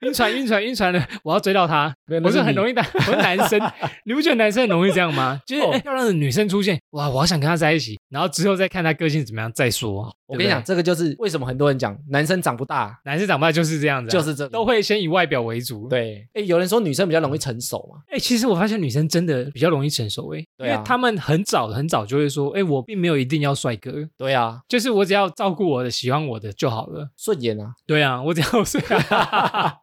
S1: 晕船晕船晕船了，我要追到她。
S2: 没有
S1: 我
S2: 那
S1: 是很容
S2: 易
S1: 易的，我是男 生，你不觉得男生很容易这样吗？就是、
S2: 哦
S1: 哎漂亮的女生出现，哇，我好想跟她在一起，然后之后再看她个性怎么样再说。
S2: 哦我跟你讲，
S1: 对不对，
S2: 这个就是为什么很多人讲男生长不大
S1: 男生长大就是这样子啊、
S2: 就是这个
S1: 都会先以外表为主。，
S2: 对，哎，有人说女生比较容易成熟嘛，
S1: 哎、其实我发现女生真的比较容易成熟、哎、
S2: 对
S1: 因
S2: 啊
S1: 为她们很早很早就会说，哎、我并没有一定要帅哥，
S2: 对啊，
S1: 就是我只要照顾我的、喜欢我的就好了。
S2: 顺眼啊，
S1: 对啊，我只要帅。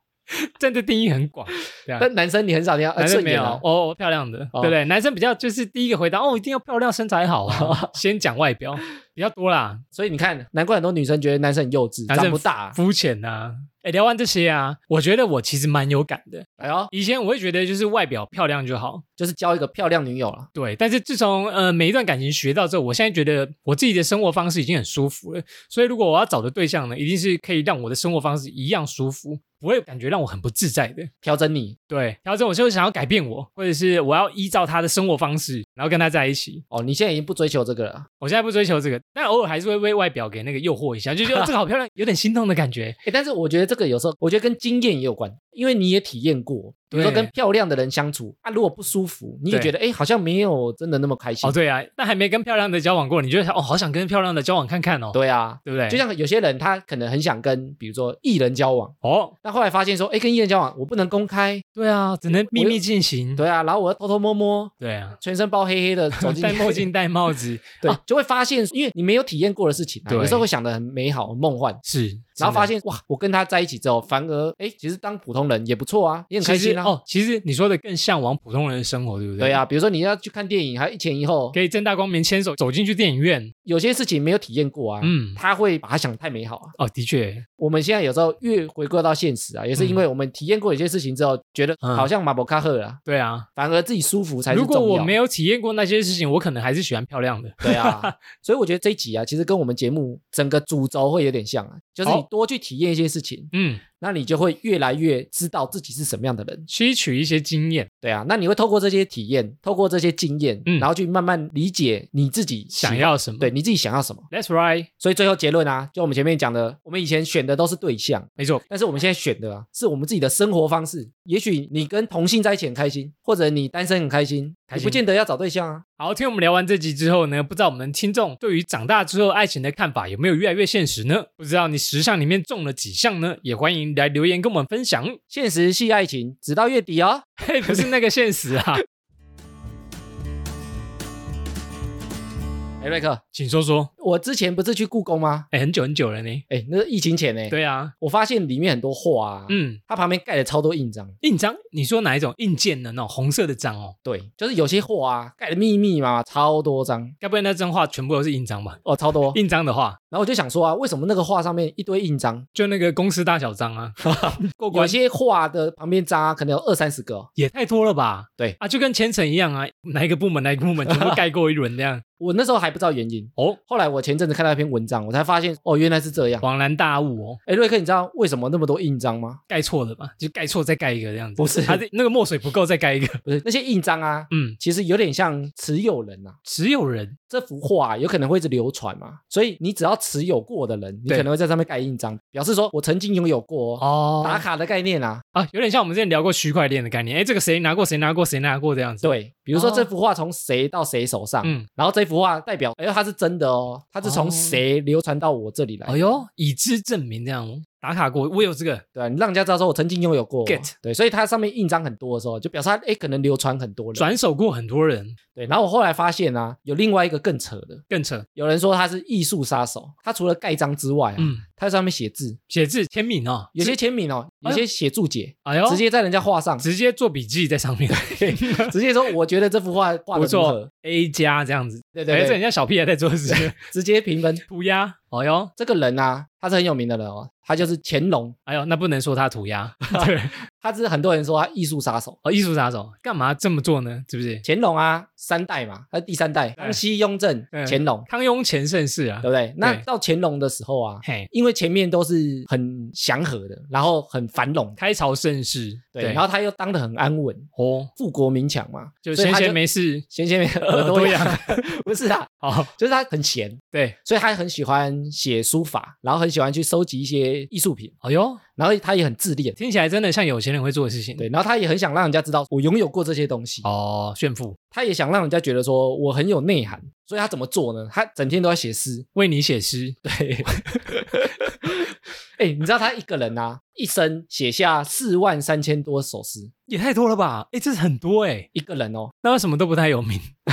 S1: 真的定义很广，对啊。
S2: 但男生你很少听到呃
S1: 男生
S2: 顺
S1: 没
S2: 眼
S1: 有
S2: 啊，
S1: 哦，漂亮的，对
S2: 哦
S1: 不对？男生比较就是第一个回答哦，一定要漂亮，身材好 啊，先讲外表比较多啦，
S2: 所以你看，难怪很多女生觉得男生很幼稚，
S1: 男生
S2: 长不大。啊
S1: 肤浅呐。哎，聊完这些啊，我觉得我其实蛮有感的。
S2: 哎呦，
S1: 以前我会觉得就是外表漂亮就好，
S2: 就是交一个漂亮女友了。
S1: 对。但是自从呃每一段感情学到之后，我现在觉得我自己的生活方式已经很舒服了。所以如果我要找的对象呢，一定是可以让我的生活方式一样舒服，不会感觉让我很不自在的。
S2: 调整你
S1: 对，然后这我就想要改变我，或者是我要依照他的生活方式，然后跟他在一起。
S2: 哦，你现在已经不追求这个了。
S1: 我现在不追求这个，但偶尔还是会为外表给那个诱惑一下，就觉得哦这个好漂亮，有点心动的感觉。
S2: 哎，但是我觉得这个有时候，我觉得跟经验也有关，因为你也体验过，比如说
S1: 对
S2: 跟漂亮的人相处啊，如果不舒服，你也
S1: 对
S2: 觉得哎，诶好像没有真的那么开心。
S1: 哦，对啊，但还没跟漂亮的交往过，你就想哦，好想跟漂亮的交往看看哦，
S2: 对啊，
S1: 对不对？
S2: 就像有些人他可能很想跟，比如说艺人交往，
S1: 哦，
S2: 但后来发现说，哎，跟艺人交往我不能公开，
S1: 对啊，只能秘密进行。
S2: 对啊，然后我要偷偷摸摸，
S1: 对啊，
S2: 全身包黑黑的走 进
S1: 戴墨
S2: 去，
S1: 镜、戴帽子，
S2: 对
S1: 啊，
S2: 就会发现，因为你没有体验过的事情啊，
S1: 对
S2: 有时候会想的很美好、很梦幻。
S1: 是，
S2: 然后发
S1: 现
S2: 现哇，我跟他在一起之后，反而哎，其实当普通人也不错啊，也很
S1: 其
S2: 开
S1: 实
S2: 心啊。
S1: 哦，其实你说的更向往普通人的生活，对不对？
S2: 对，啊，比如说你要去看电影，还一前一后，
S1: 可以正大光明牵手走进去电影院。
S2: 有些事情没有体验过啊，
S1: 嗯，
S2: 他会把它想得太美好啊。
S1: 哦，的确，
S2: 我们现在有时候越回归到现实啊，也是因为我们体验过有些事情之后，觉得
S1: 嗯
S2: 好像马博卡赫啊，
S1: 对啊。
S2: 反而自己舒服才是
S1: 如
S2: 重要。
S1: 果我没有体验过那些事情，我可能还是喜欢漂亮的。
S2: 对啊，所以我觉得这一集啊，其实跟我们节目整个主轴会有点像啊，就是你
S1: 好
S2: 多去体验一些事情，
S1: 嗯，
S2: 那你就会越来越知道自己是什么样的人。
S1: 吸取一些经验，
S2: 对啊，那你会透过这些体验，透过这些经验，
S1: 嗯
S2: 然后去慢慢理解你自己喜
S1: 想
S2: 欢
S1: 要什么？
S2: 对你自己想要什么。
S1: ，That's right，
S2: 所以最后结论啊，就我们前面讲的，我们以前选的都是对象。
S1: 没错。
S2: 但是我们现在选的啊，是我们自己的生活方式。也许你跟同性在一起很开心，或者你单身很开心，
S1: 开心
S2: 你不见得要找对象啊。
S1: 好，听我们聊完这集之后呢，不知道我们听众对于长大之后爱情的看法有没有越来越现实呢？不知道你十项里面中了几项呢？也欢迎来留言跟我们分享。
S2: 现实系爱情，直到月底哦。
S1: 嘿，不是那个现实啊，
S2: 哎，瑞克，
S1: 请说说。
S2: 我之前不是去故宫吗？
S1: 哎，很久很久了呢。
S2: 哎，那是疫情前呢。，
S1: 对啊，
S2: 我发现里面很多画啊，
S1: 嗯，
S2: 它旁边盖了超多印章。
S1: 印章，你说哪一种印件的那种红色的章哦？
S2: 对，就是有些画啊，盖的密密麻麻，超多张
S1: 该不会那张画全部都是印章吧？
S2: 哦，超多。
S1: 印章的话，
S2: 然后我就想说啊，为什么那个画上面一堆印章？
S1: 就那个公司大小章 啊，过
S2: 有
S1: 关
S2: 些画的旁边扎可能有二三十个哦、
S1: 也太多了吧？
S2: 对
S1: 啊，就跟千层一样啊，哪一个部门哪一个 部门全部盖过一轮这样。
S2: 我那时候还不知道原因，
S1: 哦，
S2: 后来我前阵子看到一篇文章，我才发现哦，原来是这样。
S1: 恍然大悟哦。
S2: 哎，瑞克，你知道为什么那么多印章吗？
S1: 盖错了吧？就盖错再盖一个这样子，
S2: 不是
S1: 他那个墨水不够再盖一 个。
S2: 不是那些印章啊，
S1: 嗯，
S2: 其实有点像持有人呐、啊。
S1: 只有人
S2: 这幅画、啊、有可能会一直流传嘛，所以你只要持有过的人，你
S1: 对
S2: 可能会在上面盖印章，表示说我曾经拥有过、哦，
S1: 哦
S2: 打卡的概念啊。
S1: 啊，有点像我们之前聊过区块链的概念，哎，这个谁拿过谁拿过谁拿过这样子。，
S2: 对，比如说
S1: 哦
S2: 这幅画从谁到谁手上，
S1: 嗯，
S2: 然后这幅画代表，哎，它是真的哦，它是
S1: 哦哎
S2: 从谁流传到我这里来。
S1: 哎呦，以知证明这样哦。打卡过，我有这个，
S2: 对啊，你让人家知道说我曾经拥有过哦
S1: Get
S2: 对，所以它上面印章很多的时候，就表示它哎可能流传很多人，
S1: 转手过很多人，
S2: 对。然后我后来发现啊，有另外一个更扯的，
S1: 更扯。
S2: 有人说他是艺术杀手，他除了盖章之外啊，
S1: 嗯，
S2: 他在上面写字，
S1: 写字签名哦，
S2: 有些签名哦，
S1: 哎呦
S2: 有些写注解，
S1: 哎呦，
S2: 直接在人家画上，
S1: 直接做笔记在上面，
S2: 直接说我觉得这幅画画
S1: 不
S2: 的如
S1: 错
S2: 何，
S1: ，A 加这样子。
S2: 对
S1: 哎，
S2: 对
S1: 这
S2: 对，
S1: 人家小屁孩在做的 事情，
S2: 直接评分。
S1: 涂鸦。哎呦，
S2: 这个人啊，他是很有名的人哦，他就是乾隆，
S1: 哎呦，那不能说他涂 鸦，对，
S2: 他是很多人说他艺术杀手。
S1: 哦，艺术杀手干嘛这么做呢？是不是？
S2: 乾隆啊，三代嘛，他是第三代，康熙、雍正、
S1: 嗯
S2: 乾隆，
S1: 康雍乾盛世啊
S2: 对，不对？那到乾隆的时候啊，
S1: 嘿，
S2: 因为前面都是很祥和的，然后很繁荣的，
S1: 开朝盛世，
S2: 对，然后他又当得很安稳，
S1: 哦，
S2: 富国民强嘛，
S1: 就
S2: 所以
S1: 闲
S2: 他
S1: 闲没事，
S2: 闲闲没
S1: 耳
S2: 耳
S1: 朵
S2: 朵
S1: 痒
S2: 痒， 不是呃啊，
S1: 好，
S2: 就是他很闲，
S1: 对，
S2: 所以他很喜欢写书法，然后很喜欢去收集一些艺术品，
S1: 哎呦，
S2: 然后他也很自恋，
S1: 听起来真的像有钱人会做的事情，，
S2: 对，然后他也很想让人家知道我拥有过这些东西，
S1: 哦，炫富，
S2: 他也想让人家觉得说我很有内涵，所以他怎么做呢？他整天都在写诗，
S1: 为你写诗，
S2: 对， 哎、你知道他一个人啊，一生写下四万三千多首诗，
S1: 也太多了吧？哎，这是很多哎，
S2: 一个人哦，
S1: 那为什么都不太有名？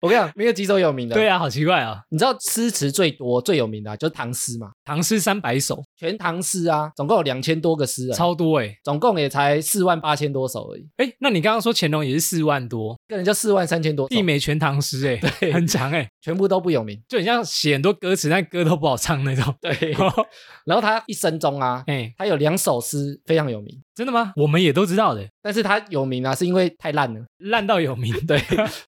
S2: 我跟你讲，没有几首有名的，
S1: 对啊，好奇怪啊，
S2: 你知道诗词最多最有名的、啊、就是唐诗嘛，
S1: 唐诗三百首，
S2: 全唐诗啊，总共有两千多个诗人，
S1: 超多哎，
S2: 总共也才四万八千多首而已，
S1: 哎，那你刚刚说乾隆也是四万多，
S2: 一个人就四万三千多首
S1: 媲，美全唐诗哎，很长哎，
S2: 全部都不有名。
S1: 就很像写很多歌词，但歌都不好唱那种。
S2: 对然后他一生中啊，
S1: 哎，
S2: 他有两首诗非常有名，
S1: 真的吗？我们也都知道的，
S2: 但是他有名啊是因为太烂了，
S1: 烂到有名， 对，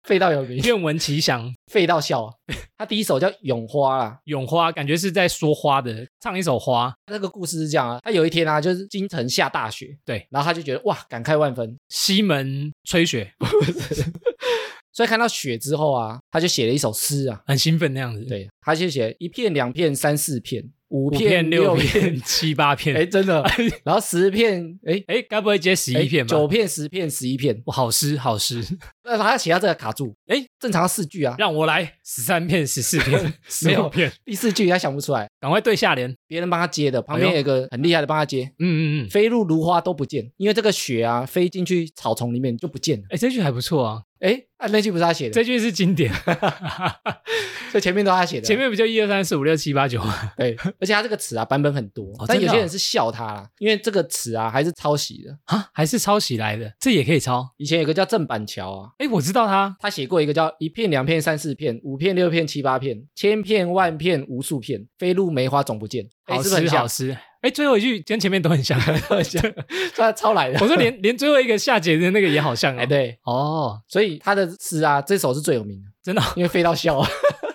S2: 废到有名，
S1: 愿闻其详。
S2: 废到笑、啊。他第一首叫《咏花》啊，
S1: 咏花感觉是在说花的，唱一首花，
S2: 那个故事是这样啊，他有一天啊，就是京城下大雪，
S1: 对，
S2: 然后他就觉得哇，感慨万分，
S1: 西门吹雪，
S2: 所以看到雪之后啊，他就写了一首诗啊，
S1: 很兴奋那样子。，
S2: 对，他就写一片、两片、三四片、五
S1: 五片、六片、
S2: 片，
S1: 七八片，
S2: 哎，
S1: 哎
S2: 真的，然后十片，哎
S1: 哎，该不会接十一片吧？
S2: 哎九片、十片、十一片，
S1: 哇好诗好诗，
S2: 那他写到这个卡住，
S1: 哎，
S2: 正常四句啊，
S1: 让我来十三片、十 四片、十
S2: 没有
S1: 五片，
S2: 第四句他想不出来，
S1: 赶快对下联。
S2: 别人帮他接的，旁
S1: 哎
S2: 边有一个很厉害的帮他接。
S1: 嗯嗯嗯，
S2: 飞入芦花都不见，因为这个雪啊飞进去草丛里面就不见了。
S1: 哎，这句还不错啊，
S2: 哎，啊那句不是他写的，
S1: 这句是经 典，
S2: 所以前面都是他写的。
S1: 前面不就一二三四五六七八九吗？
S2: 对，而且他这个词啊版本很多，
S1: 哦
S2: 但
S1: 真的
S2: 有
S1: 哦
S2: 些人是笑他啦，因为这个词啊还是抄袭的。
S1: 啊，还是抄袭来的，这也可以抄。
S2: 以前有个叫郑板桥啊，
S1: 哎，我知道它，
S2: 他写过一个叫“一片、两片、三四片、五片、六片、七八片、千片、万片、无数片，飞入梅花总不见”，哎
S1: 好
S2: 是不是
S1: 诗
S2: 很
S1: 好
S2: 像？
S1: 诗。哎，最后一句跟前面都很像，
S2: 他抄来的。
S1: 我说连连最后一个下节的那个也好像、哦，
S2: 哎，对，
S1: 哦，
S2: 所以他的诗啊，这首是最有名的，
S1: 真的哦、
S2: 因为飞到笑啊，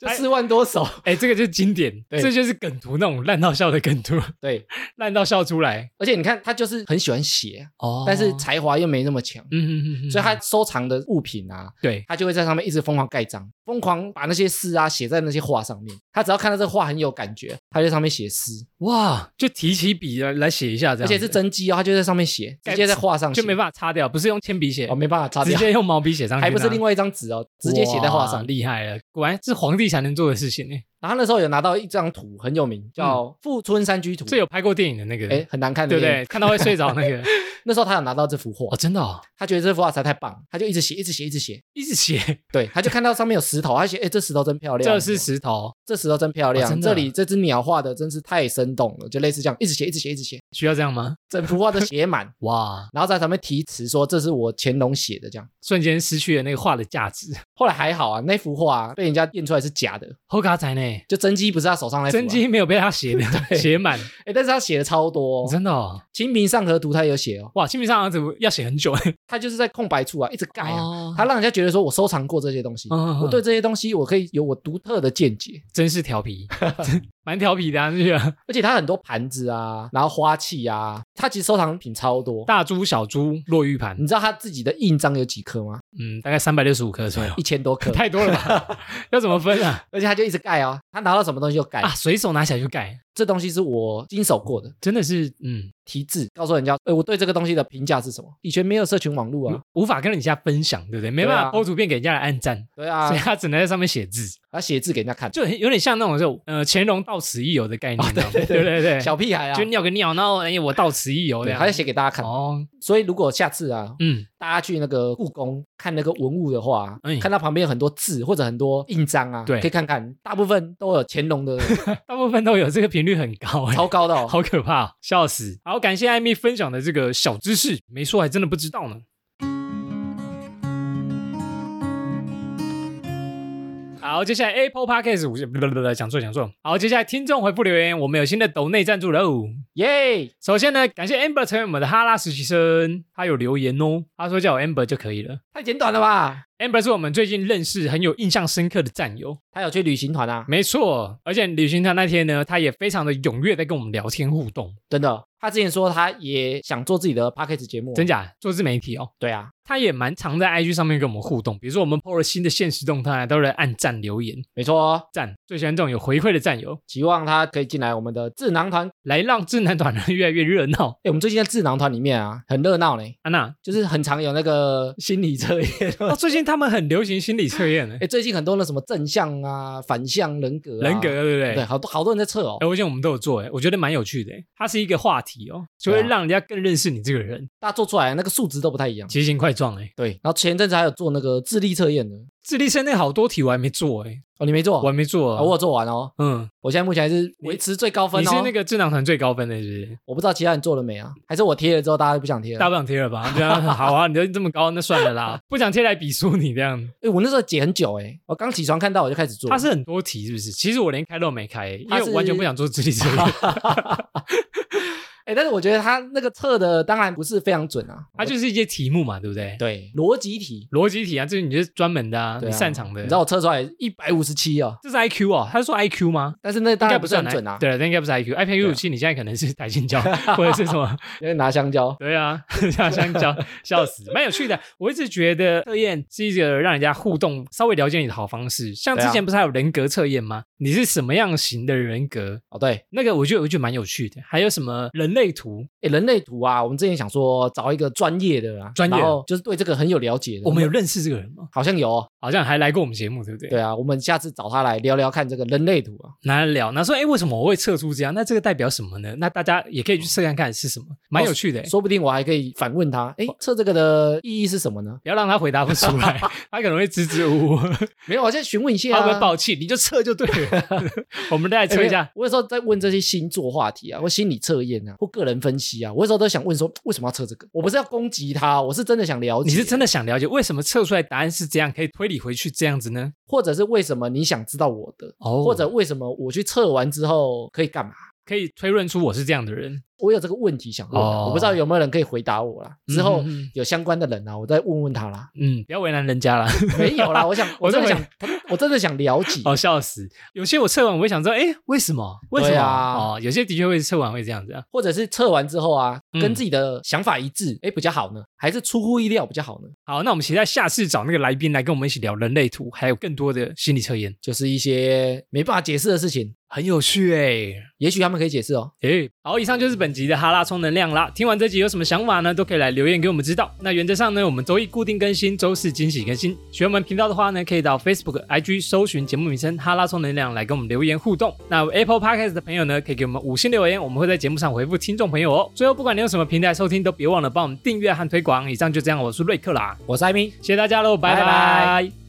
S2: 就四万多首。
S1: 哎，这个就是经典，
S2: 对
S1: 这就是梗图那种烂到笑的梗图，
S2: 对，
S1: 烂到笑出来
S2: 而且你看他就是很喜欢写，啊
S1: 哦
S2: 但是才华又没那么强，
S1: 嗯嗯嗯嗯，
S2: 所以他收藏的物品啊，
S1: 对
S2: 他就会在上面一直疯狂盖章，疯狂把那些诗啊写在那些画上面。他只要看到这画很有感觉，他就在上面写诗，
S1: 哇，就提起笔来来写一下这
S2: 而
S1: 样子，
S2: 且是真迹哦，他就在上面写，
S1: 盖
S2: 直接在画上
S1: 就
S2: 写
S1: 没办法擦掉，不是用铅笔写，
S2: 哦，没办法擦
S1: 直
S2: 掉，
S1: 接用毛笔写上去，
S2: 还不是另
S1: 外
S2: 外一张纸哦，直接写在画上。
S1: 厉害了，果然是皇帝才能做的事情呢。
S2: 然后那时候有拿到一张图，很有名，叫《富春山居图》，
S1: 嗯这有拍过电影的那个，
S2: 哎很难看，
S1: 对不对？？看到会睡着那个，
S2: 那时候他有拿到这幅画
S1: 哦，，真的哦，
S2: 他觉得这幅画实在太棒，他就一直写，一直写，一直写。
S1: 一直 写，
S2: 对，他就看到上面有石头，他写，哎，这石头真漂亮，
S1: 这是石头，
S2: 这石头真漂
S1: 哦
S2: 亮，
S1: 真的
S2: 这里这只鸟画的真是太生动了，就类似这样，一直写，一直写，一直写，
S1: 需要这样吗？，
S2: 整幅画都写满
S1: 哇，
S2: 然后在上面题词说这是我乾隆写的这样。
S1: 瞬间失去了那个画的价值，
S2: 后来还好啊，那幅画、啊、被人家验出来是假的，
S1: 好嘎仔呢？
S2: 就真迹不是他手上那幅、啊，
S1: 真机没有被他写 的写满，
S2: 哎，但是他写的超多、哦，《
S1: 真的哦，
S2: 清明上河图》他有写哦，
S1: 哇！清明上河图要写很久，
S2: 他就是在空白处啊一直盖啊，
S1: 哦
S2: 他让人家觉得说我收藏过这些东西，
S1: 嗯嗯
S2: 我
S1: 嗯
S2: 对这些东西我可以有我独特的见解，
S1: 真是调 皮，蛮调皮的啊，这个
S2: 而且他很多盘子啊，然后花器啊，他其实收藏品超多。
S1: 大珠小珠落玉盘
S2: 你，知道他自己的印章有几颗吗？
S1: 嗯，大概三百六十五颗 左右
S2: 一，千多颗，
S1: 太多了吧？ 要怎么分啊？
S2: 而且他就一直盖啊，他拿到什么东西就盖。
S1: 啊，随手拿起来就盖，
S2: 这东西是我经手过的，
S1: 真的是嗯，
S2: 题字告诉人家，呃，我对这个东西的评价是什么？以前没有社群网络啊，
S1: 无法跟人家分享，对不对？啊没办法剖图片给人家来按赞，
S2: 对啊
S1: 所以，他只能在上面写字，
S2: 他写字给人家看，
S1: 就很有点像那种就呃乾隆到到此一游的概念，这样
S2: 对对
S1: 对对对，
S2: 小屁孩啊
S1: 就，尿个尿，然后哎我到此一游这
S2: 对，
S1: 样，
S2: 还要写给大家看。
S1: 哦，
S2: 所以如果下次啊，
S1: 嗯，
S2: 大家去那个故宫看那个文物的话，啊
S1: 哎
S2: 看到旁边有很多字或者很多印章啊，
S1: 对
S2: 可以看看，大部分都有 乾隆的，
S1: 大部分都有这个频率很高，哎
S2: 超高的、哦。
S1: 好可怕、笑死！好，感谢艾米分享的这个小知识，没说还真的不知道呢。好，接下来 Apple Podcast 五星，不不不不，讲错讲错。好，接下来听众回复留言，我们有新的抖内赞助哦喽。
S2: 耶、
S1: 首先呢，感谢 Amber 成为我们的哈拉实习生，他有留言哦，他说叫我 Amber 就可以了。
S2: 太简短了吧？
S1: Amber 是我们最近认识很有印象深刻的战友，
S2: 他有去旅行团啊，
S1: 没错。而且旅行团那天呢，他也非常的踊跃在跟我们聊天互动，
S2: 真的。他之前说他也想做自己的 p a c k a g e 节目，
S1: 真假？做自媒体哦。
S2: 对啊，
S1: 他也蛮常在 IG 上面跟我们互动，比如说我们 PO 了新的现实动态，都有人按赞留言，
S2: 没错、哦。
S1: 赞最喜欢这种有回馈的战友，
S2: 希望他可以进来我们的智囊团。
S1: 来让智男团呢越来越热闹。
S2: 哎，我们最近在智囊团里面啊，很热闹呢，
S1: 安娜，
S2: 就是很常有那 个心理测验。
S1: 哦，最近他们很流行心理测验呢，
S2: 哎，最近很多那什么正向啊、反向人格、啊、
S1: 人格对不对？
S2: 对，好多好多人在测哦
S1: 哎，。我想我们都有做，哎，我觉得蛮有趣的，哎它是一个话题哦，就会
S2: 对啊
S1: 让人家更认识你这个人，
S2: 大家做出来那个数值都不太一样。
S1: 奇形怪状，哎，
S2: 对，然后前阵子还有做那个智力测验的，
S1: 智力测验好多题我还没做，哎，
S2: 哦，你没做？
S1: 我还没做
S2: 啊我，有做完哦，
S1: 嗯，
S2: 我现在目前还是维持最高分
S1: 你
S2: 哦。
S1: 是那个智囊团最高分的，是不是？
S2: 我不知道其他人做了没啊？还是我贴了之后大家就不想贴
S1: 大
S2: 了？
S1: 不想贴了吧？对啊，好啊，你都这么高，那算了啦，不想贴来比输你这样。
S2: 哎，我那时候解很久哎，我刚起床看到我就开始做。
S1: 它是很多题，是不是？其实我连开都没开，因
S2: 它
S1: 为
S2: 是
S1: 我完全不想做智力测验。
S2: 哎，但是我觉得他那个测的当然不是非常准啊，
S1: 它就是一些题目嘛，对不对？
S2: 对逻辑题，
S1: 逻辑题啊，这是你就是专门的啊，
S2: 对
S1: 你
S2: 啊
S1: 擅长的。
S2: 你知道我测出来一百五十七哦，
S1: 这是 I Q 哦，他是说 I Q 吗？
S2: 但是那
S1: 应
S2: 当
S1: 该
S2: 然
S1: 不
S2: 不
S1: 是
S2: 是很
S1: 很
S2: 准啊，
S1: 对，那应该不是 I Q。I P U 七，你现在可能是台青椒或者是什么？
S2: 因为拿香蕉。
S1: 对啊，像香蕉，笑死，蛮有趣的。我一直觉得测验是一个让人家互动、稍微了解你的好方式。像之
S2: 对
S1: 前
S2: 啊
S1: 不是还有人格测验吗？你是什么样型的人格？
S2: 哦，对，
S1: 那个我觉得我觉得蛮有趣的。还有什么人类图？
S2: 哎，人类图啊，我们之前想说找一个专业的啊，
S1: 专业
S2: 然后就是对这个很有了解的，
S1: 我们有认识这个人吗？
S2: 好像有哦，
S1: 好像还来过我们节目，对不对？
S2: 对啊，我们下次找他来聊聊看这个人类图啊，
S1: 拿来聊，那说哎，诶为什么我会测出这样？那这个代表什么呢？那大家也可以去测看看是什么，蛮
S2: 哦
S1: 有趣的。诶欸
S2: 说不定我还可以反问他，哎，测这个的意义是什么呢？
S1: 不要让他回答不出 来，他可能会支支吾吾，
S2: 没有，我先询问一下、
S1: 他会不会
S2: 啊。
S1: 爆气？你就测就对 了。我们再来测一
S2: 诶没有
S1: 下，
S2: 我有时候在问这些星座话题啊，或心理测验啊，或个人分析啊，我有时候都想问说，为什么要测这个？我不是要攻击他，我是真的想了解。
S1: 你是真的想了解为什么测出来答案是这样，可以推理回去这样子呢？
S2: 或者是为什么你想知道我的，
S1: 哦
S2: 或者为什么我去测完之后可以干嘛？
S1: 可以推论出我是这样的人。
S2: 我有这个问题想问啊、
S1: 哦
S2: 我不知道有没有人可以回答我啦。之后
S1: 嗯嗯嗯。
S2: 有相关的人啊，我再问问他啦
S1: 嗯，不要为难人家啦。
S2: 没有啦，我想，
S1: 我
S2: 我真的
S1: 认
S2: 想
S1: 为，
S2: 我真的想了解。
S1: 哦，笑死！有些我测完我会想说，哎，为什么？为什么？
S2: 对啊
S1: 哦，有些的确会测完会这样子啊。
S2: 或者是测完之后啊，
S1: 嗯
S2: 跟自己的想法一致，哎、比较好呢，还是出乎意料比较好呢？
S1: 好，那我们期待下次找那个来宾来跟我们一起聊人类图，还有更多的心理测验，
S2: 就是一些没办法解释的事情，
S1: 很有趣哎、
S2: 也许他们可以解释哦。
S1: 诶，好，以上就是本集的哈拉充能量啦。听完这集有什么想法呢？都可以来留言给我们知道。那原则上呢，我们周一固定更新，周四惊喜更新。喜欢我们频道的话呢，可以到 Facebook、IG 搜寻节目名称“哈拉充能量”来跟我们留言互动。那 Apple Podcast 的朋友呢，可以给我们五星留言，我们会在节目上回复听众朋友哦。最后，不管你用什么平台收听，都别忘了帮我们订阅和推广。以上就这样，我是瑞克啦，
S2: 我是艾米，
S1: 谢谢大家喽，拜
S2: 拜
S1: 拜
S2: 拜